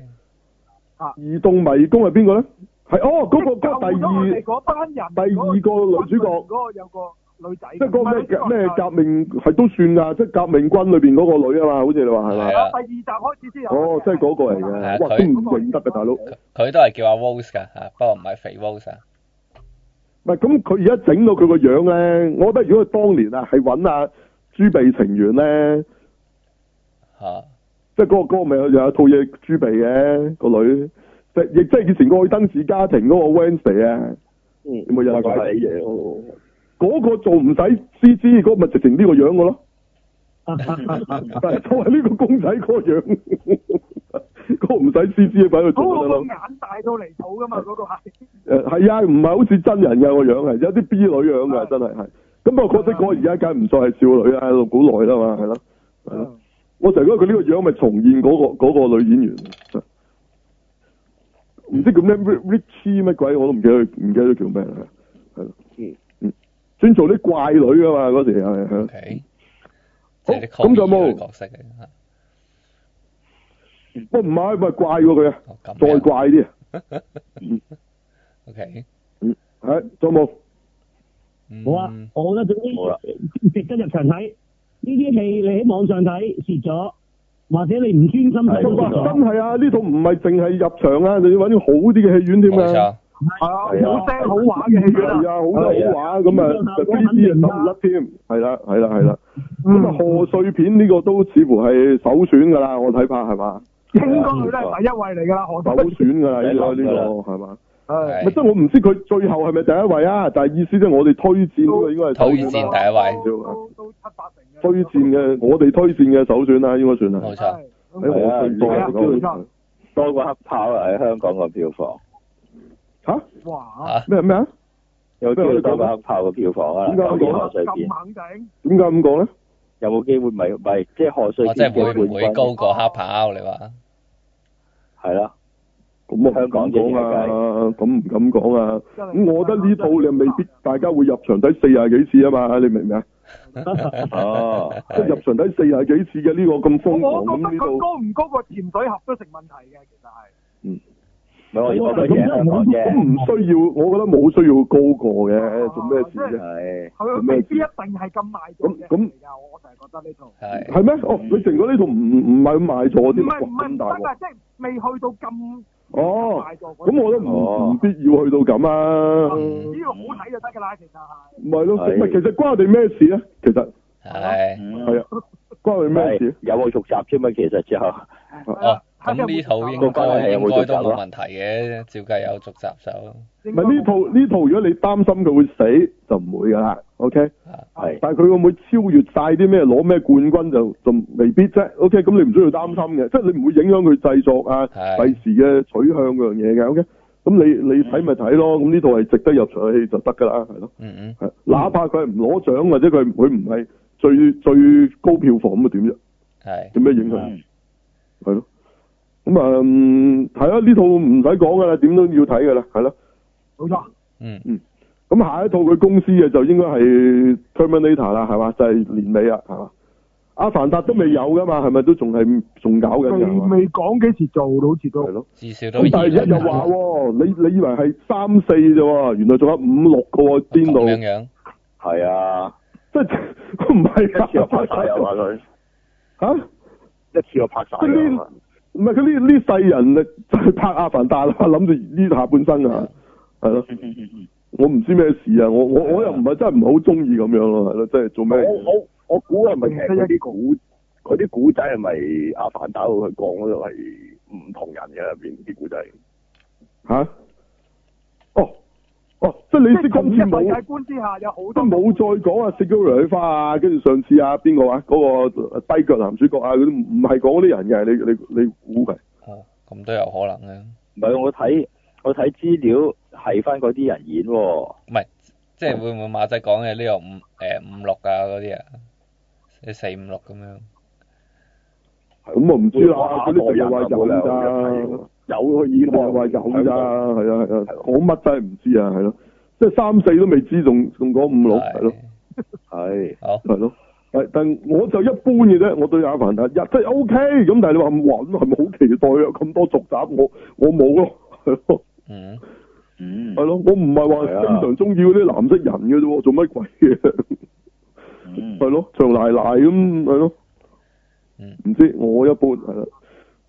Speaker 2: 啊移動迷宮係邊個咧？係哦，嗰個嗰個
Speaker 5: 即係救咗我
Speaker 2: 第
Speaker 5: 哋
Speaker 2: 二。
Speaker 5: 嗰班人
Speaker 2: 第二個女主角
Speaker 5: 嗰個有個女仔，
Speaker 2: 即係嗰個咩
Speaker 5: 唔係
Speaker 2: 咩
Speaker 5: 女主角
Speaker 2: 革命係都算㗎，即係革命軍裏邊嗰個女啊嘛，好似你話係咪
Speaker 3: 係？
Speaker 5: 啊第二集開始先有佢嘅。
Speaker 2: 哦，即係嗰個嚟
Speaker 3: 係啊
Speaker 2: 嘅，哇，
Speaker 3: 佢
Speaker 2: 都唔認得嘅大佬。
Speaker 3: 佢都係叫阿 Rose 㗎嚇，不過唔係肥 Rose 啊。
Speaker 2: 唔係咁，佢而家整到佢個樣咧，我覺得如果佢當年啊係揾阿朱鼻情緣咧，
Speaker 3: 嚇，
Speaker 2: 即係嗰個歌咪有有一套嘢朱鼻嘅個女，即係亦即係以前《愛登士家庭》嗰個 Wednesday 啊，
Speaker 7: 嗯
Speaker 2: 有冇印象
Speaker 7: 怪怪地嘢喎
Speaker 2: 嗰個做唔使 C G，嗰個咪直情呢個樣嘅咯，<laughs>
Speaker 6: Ờ,
Speaker 2: 就係呢個公仔嗰個樣， <laughs> 嗰個唔使 C G 擺佢做就
Speaker 5: 嗰個
Speaker 2: 得
Speaker 5: 個
Speaker 2: 啦。
Speaker 5: 眼大到離譜
Speaker 2: <laughs>
Speaker 5: 噶嘛，嗰個係。
Speaker 2: 誒係啊，唔係好似真人嘅個樣係，有啲 B 女樣嘅
Speaker 5: 係
Speaker 2: 真係係。咁啊，可惜嗰個而家梗係唔再係少女啦，喺度古耐啦嘛，係咯，係咯。我成日覺得佢呢個樣咪重現嗰、個嗰個女演員，唔知叫咩 Richie 乜鬼，我都唔記得佢，唔記得咗叫咩啦，係咯。
Speaker 7: 嗯
Speaker 2: 嗯，專做啲怪女噶嘛嗰時係係
Speaker 3: OK，
Speaker 2: 好
Speaker 3: 即係啲 copy
Speaker 2: 哦咁就冇
Speaker 3: 嘅角色嘅啊嚇。
Speaker 2: 喂唔係唔係怪喎佢啊，
Speaker 3: 哦咁
Speaker 2: 再
Speaker 3: 樣
Speaker 2: 怪啲啊，
Speaker 3: OK，
Speaker 2: 係仲有冇？
Speaker 3: 嗯
Speaker 6: 好啊，我覺得總
Speaker 7: 好啦
Speaker 6: 之值得入場睇。呢啲戲你喺網上睇蝕咗，或者你唔專心睇都
Speaker 2: 哇
Speaker 6: 蝕
Speaker 2: 真
Speaker 6: 咗。
Speaker 2: 係啊！呢套唔係淨係入場啊，你要揾啲好啲嘅戲院添
Speaker 3: 冇
Speaker 2: 啊。
Speaker 3: 錯，
Speaker 5: 係啊，
Speaker 7: 係啊
Speaker 5: 好聲好畫嘅戲院
Speaker 2: 係
Speaker 5: 啊。
Speaker 2: 啊，好多好玩咁啊，就 B B 又唔甩添，係啦，係啦，係啦。咁啊，賀歲片呢個都似乎係首選㗎啦，我睇怕係嘛，
Speaker 5: 應該佢都
Speaker 2: 啊
Speaker 5: 係第一位嚟㗎啦，何
Speaker 2: 首
Speaker 5: 首。
Speaker 2: 選㗎啦，應該呢個係嘛。
Speaker 5: 係
Speaker 3: 係
Speaker 2: 咪即係我唔知佢最後係咪第一位啊？但係意思即係我哋推薦呢個應該係首
Speaker 3: 推薦
Speaker 2: 選啦，
Speaker 3: 第
Speaker 2: 一位
Speaker 5: 都都七八成嘅。
Speaker 2: 推薦嘅哎我哋推薦嘅首選啦，應該算係。
Speaker 3: 冇錯，
Speaker 2: 喺
Speaker 5: 係。
Speaker 2: 賀歲
Speaker 7: 係
Speaker 5: 啊
Speaker 2: 片嚟
Speaker 5: 係
Speaker 2: 講
Speaker 5: 啊
Speaker 7: 多過黑豹啊喺香港個票房，
Speaker 2: 嚇
Speaker 5: 哇！
Speaker 3: 嚇
Speaker 2: 咩咩啊？
Speaker 7: 有機會多過黑豹個票房啊！
Speaker 2: 點解
Speaker 7: 今年賀歲片
Speaker 2: 啊
Speaker 5: 咁肯
Speaker 2: 點
Speaker 5: 定，
Speaker 2: 解咁講咧？
Speaker 7: 有冇機會咪咪即係賀歲
Speaker 3: 我真
Speaker 7: 片
Speaker 3: 哦係會唔會
Speaker 7: 嘅冠軍？
Speaker 3: 高過黑豹？你話
Speaker 7: 係
Speaker 3: <laughs>
Speaker 7: 啦，
Speaker 2: 咁我
Speaker 7: 香港
Speaker 2: 唔敢講啊，咁唔敢講啊。
Speaker 5: 真係
Speaker 2: 咁我覺得呢套你未必大家會入場睇四廿幾次啊嘛，你明唔明啊？
Speaker 7: 哦，
Speaker 2: 即係入場睇四廿幾次嘅呢個咁
Speaker 5: 我
Speaker 2: 瘋
Speaker 5: 我
Speaker 2: 狂
Speaker 5: 覺得
Speaker 2: 咁呢
Speaker 5: 佢
Speaker 2: 度，
Speaker 5: 高唔高過潛水盒都成問題嘅，其實係。
Speaker 4: 唔係我我
Speaker 6: 係
Speaker 4: 對
Speaker 6: 咁
Speaker 4: 嘢
Speaker 6: 真係
Speaker 4: 香
Speaker 6: 冇
Speaker 4: 港
Speaker 2: 都
Speaker 4: 啫，
Speaker 2: 唔需要，我覺得冇需要高過
Speaker 5: 哦
Speaker 2: 嘅，做咩事啫？
Speaker 4: 係
Speaker 5: 佢未必一定係咁賣座
Speaker 2: 咁
Speaker 5: 嘅
Speaker 2: 咁
Speaker 5: 嚟㗎，我成日覺得呢套。
Speaker 3: 係
Speaker 2: 係咩？哦，你成個呢度唔唔係咁賣座
Speaker 5: 唔
Speaker 2: 添，
Speaker 5: 係唔
Speaker 2: 哇
Speaker 5: 係
Speaker 2: 咁
Speaker 5: 唔
Speaker 2: 大
Speaker 5: 得
Speaker 2: 鑊
Speaker 5: 啊！即係未去到咁
Speaker 2: 哦，
Speaker 5: 賣座嗰啲
Speaker 2: 咁我覺得唔
Speaker 4: 哦
Speaker 2: 唔必要去到咁啊，
Speaker 5: 只要好睇就得㗎啦，其實係。
Speaker 2: 唔係咯，
Speaker 4: 係
Speaker 2: 唔係其實關我哋咩事咧？其實
Speaker 3: 係。
Speaker 4: 嗯
Speaker 2: 係啊，
Speaker 5: <laughs>
Speaker 2: 關我哋咩事
Speaker 4: 係？有個續集啫嘛，其實之後
Speaker 3: 哦，咁呢套應
Speaker 4: 個關
Speaker 3: 該
Speaker 4: 係有
Speaker 3: 應
Speaker 4: 冇
Speaker 3: 該
Speaker 4: 續集
Speaker 3: 都
Speaker 4: 啊
Speaker 3: 冇問題嘅，照計有續集就
Speaker 2: 唔係呢套呢套，如果你擔心佢會死，就唔會㗎啦。OK，
Speaker 4: 係
Speaker 2: 但係佢會唔會超越晒啲咩攞咩冠軍就就未必啫。OK，咁你唔需要擔心嘅，即係你唔會影響佢製作啊、
Speaker 3: 係
Speaker 2: 費事嘅取向嗰樣嘢嘅。OK，咁你你睇咪睇咯。咁呢套係值得入場嘅戲就得㗎啦，係咯。
Speaker 3: 嗯嗯
Speaker 2: 係，哪怕佢係唔攞獎或者佢佢唔係最最高票房咁啊點啫？
Speaker 3: 係
Speaker 2: 有咩影
Speaker 3: 嗯
Speaker 2: 響？係咯。咁啊，嗯係啊，呢套唔使講㗎啦，點都要睇㗎啦，係咯。
Speaker 5: 冇錯，
Speaker 3: 嗯
Speaker 2: 咁下一套佢公司嘅就應該係 Terminator 啦，係嘛？就係、年尾啊啦，係嘛？阿凡達都未有噶嘛，係咪都仲係仲搞緊嘅？係
Speaker 5: 佢
Speaker 2: 嘛
Speaker 5: 未講幾時做到，好似都
Speaker 2: 係。咯。
Speaker 3: 至少都
Speaker 2: 咁但係
Speaker 3: 二
Speaker 2: 一
Speaker 3: 零
Speaker 2: 又
Speaker 3: 啊
Speaker 2: 話喎，你你以為係三四啫喎，原來仲有五六個喎，邊
Speaker 3: 咁樣
Speaker 2: 度？
Speaker 3: 樣
Speaker 2: <laughs>
Speaker 4: 係啊，
Speaker 2: 即係 <laughs> 唔係
Speaker 7: 一次就拍晒又
Speaker 2: 㗎
Speaker 7: 話佢，
Speaker 2: 嚇？
Speaker 7: 一次就拍晒啊又話
Speaker 2: 唔係佢呢呢世人啊，就係拍阿凡達啦，諗住呢下半生啊，係
Speaker 7: <laughs>
Speaker 2: 咯。我唔知咩事啊！我我我又唔係真係唔好中意咁樣咯，係咯，即係做咩？
Speaker 7: 我我我估
Speaker 4: 啊
Speaker 7: 係咪其實佢啲古佢啲古仔係咪阿凡達佢講嗰度係唔同人嘅入邊啲古仔？
Speaker 2: 吓、啊哦，哦，即係你
Speaker 5: 即
Speaker 2: 識
Speaker 5: 係同
Speaker 2: 今
Speaker 5: 一
Speaker 2: 次
Speaker 5: 世界
Speaker 2: 冇，
Speaker 5: 觀之下有好多
Speaker 2: 都冇再講啊，食咗女花啊，跟住上次啊，邊個話嗰個跛腳男主角啊，佢都唔唔係講嗰啲人嘅，你你你估佢？
Speaker 3: 哦，咁都有可能嘅，
Speaker 4: 唔係我睇我睇資料係翻嗰啲人演喎，
Speaker 3: 唔係即係會唔會馬仔講嘅呢個五誒五六啊嗰啲啊，即係四五六咁樣，
Speaker 2: 咁我唔知啦，
Speaker 7: 哇
Speaker 2: 嗰啊啲成日話有咋，
Speaker 7: 有佢演啊
Speaker 2: 成日話有咋，係啊係啊，講乜真係唔知啊，係咯，即係三四都未知，仲仲講五六，係咯。
Speaker 4: 係
Speaker 3: 好
Speaker 2: 係咯，但但我就一般嘅啫，我對阿凡達一即係 O K 咁，但係你話哇咁係咪好期待啊？咁多續集我我冇咯，係咯
Speaker 3: 嗯
Speaker 4: 嗯
Speaker 2: 係咯，我唔係話
Speaker 4: 係啊
Speaker 2: 非常中意嗰啲藍色人嘅啫喎，做乜鬼嘢？
Speaker 4: 嗯
Speaker 2: 係咯，長賴賴咁係咯
Speaker 3: 嗯，
Speaker 2: 唔知我一般係啦。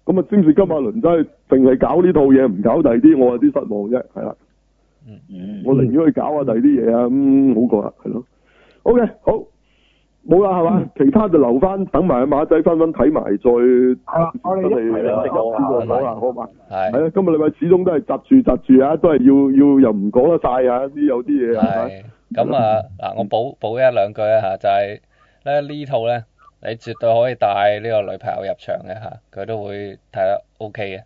Speaker 2: 咁啊，詹士金馬倫真係淨係搞呢套嘢，唔搞第二啲，我有啲失望啫，係啦。
Speaker 4: 嗯
Speaker 2: 我寧願去搞下第二啲嘢啊，咁、好過啦，係咯。OK，好，冇啦係
Speaker 4: 嗯
Speaker 2: 嘛，其他就留翻等埋阿馬仔翻翻睇埋再
Speaker 5: 係啦，我哋
Speaker 2: 真係
Speaker 5: 一
Speaker 2: 知
Speaker 4: 啦
Speaker 2: 道講啦，好嘛？係
Speaker 3: 係
Speaker 2: 啊，今日禮拜始終都係窒住窒住啊，都係要要又唔講得晒啊，啲有啲嘢係咪？
Speaker 3: 係咁啊嗱，我補補一兩句啊嚇，就係咧呢套咧，你絕對可以帶呢個女朋友入場嘅嚇，佢都會睇得 OK 嘅，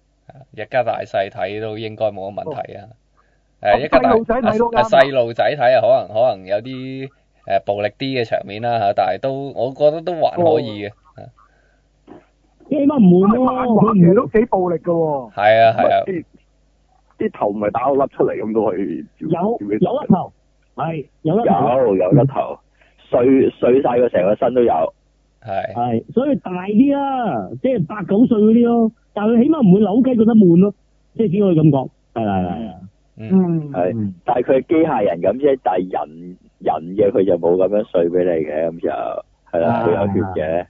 Speaker 3: 一家大細睇都應該冇乜問題啊。誒一家大
Speaker 5: 細路仔睇都啱啊
Speaker 3: 啊細路仔睇啊，可能可能有啲誒暴力啲嘅場面啦嚇，但係都我覺得都還可以嘅。
Speaker 6: 起碼唔
Speaker 5: 因
Speaker 6: 悶
Speaker 5: 為漫
Speaker 6: 咯，
Speaker 5: 畫
Speaker 6: 佢
Speaker 5: 其
Speaker 6: 唔
Speaker 5: 實都幾暴力㗎喎。
Speaker 3: 係啊係啊，
Speaker 7: 啲啲頭唔係打到粒出嚟咁都可以照
Speaker 6: 有
Speaker 7: 照
Speaker 6: 有啊
Speaker 7: 俾
Speaker 6: 一頭，係有一頭，
Speaker 4: 有有一頭碎碎晒佢成個身都有，
Speaker 3: 係
Speaker 6: 係所以大啲啦，即係八九歲嗰啲咯，但係佢起碼唔會扭計覺得悶咯，即係只可以咁講，係係係。
Speaker 3: 嗯
Speaker 5: 嗯，
Speaker 4: 係但係佢係機械人咁啫，啊但係人人嘅佢就冇咁樣碎俾你嘅咁就係啦，佢有血嘅，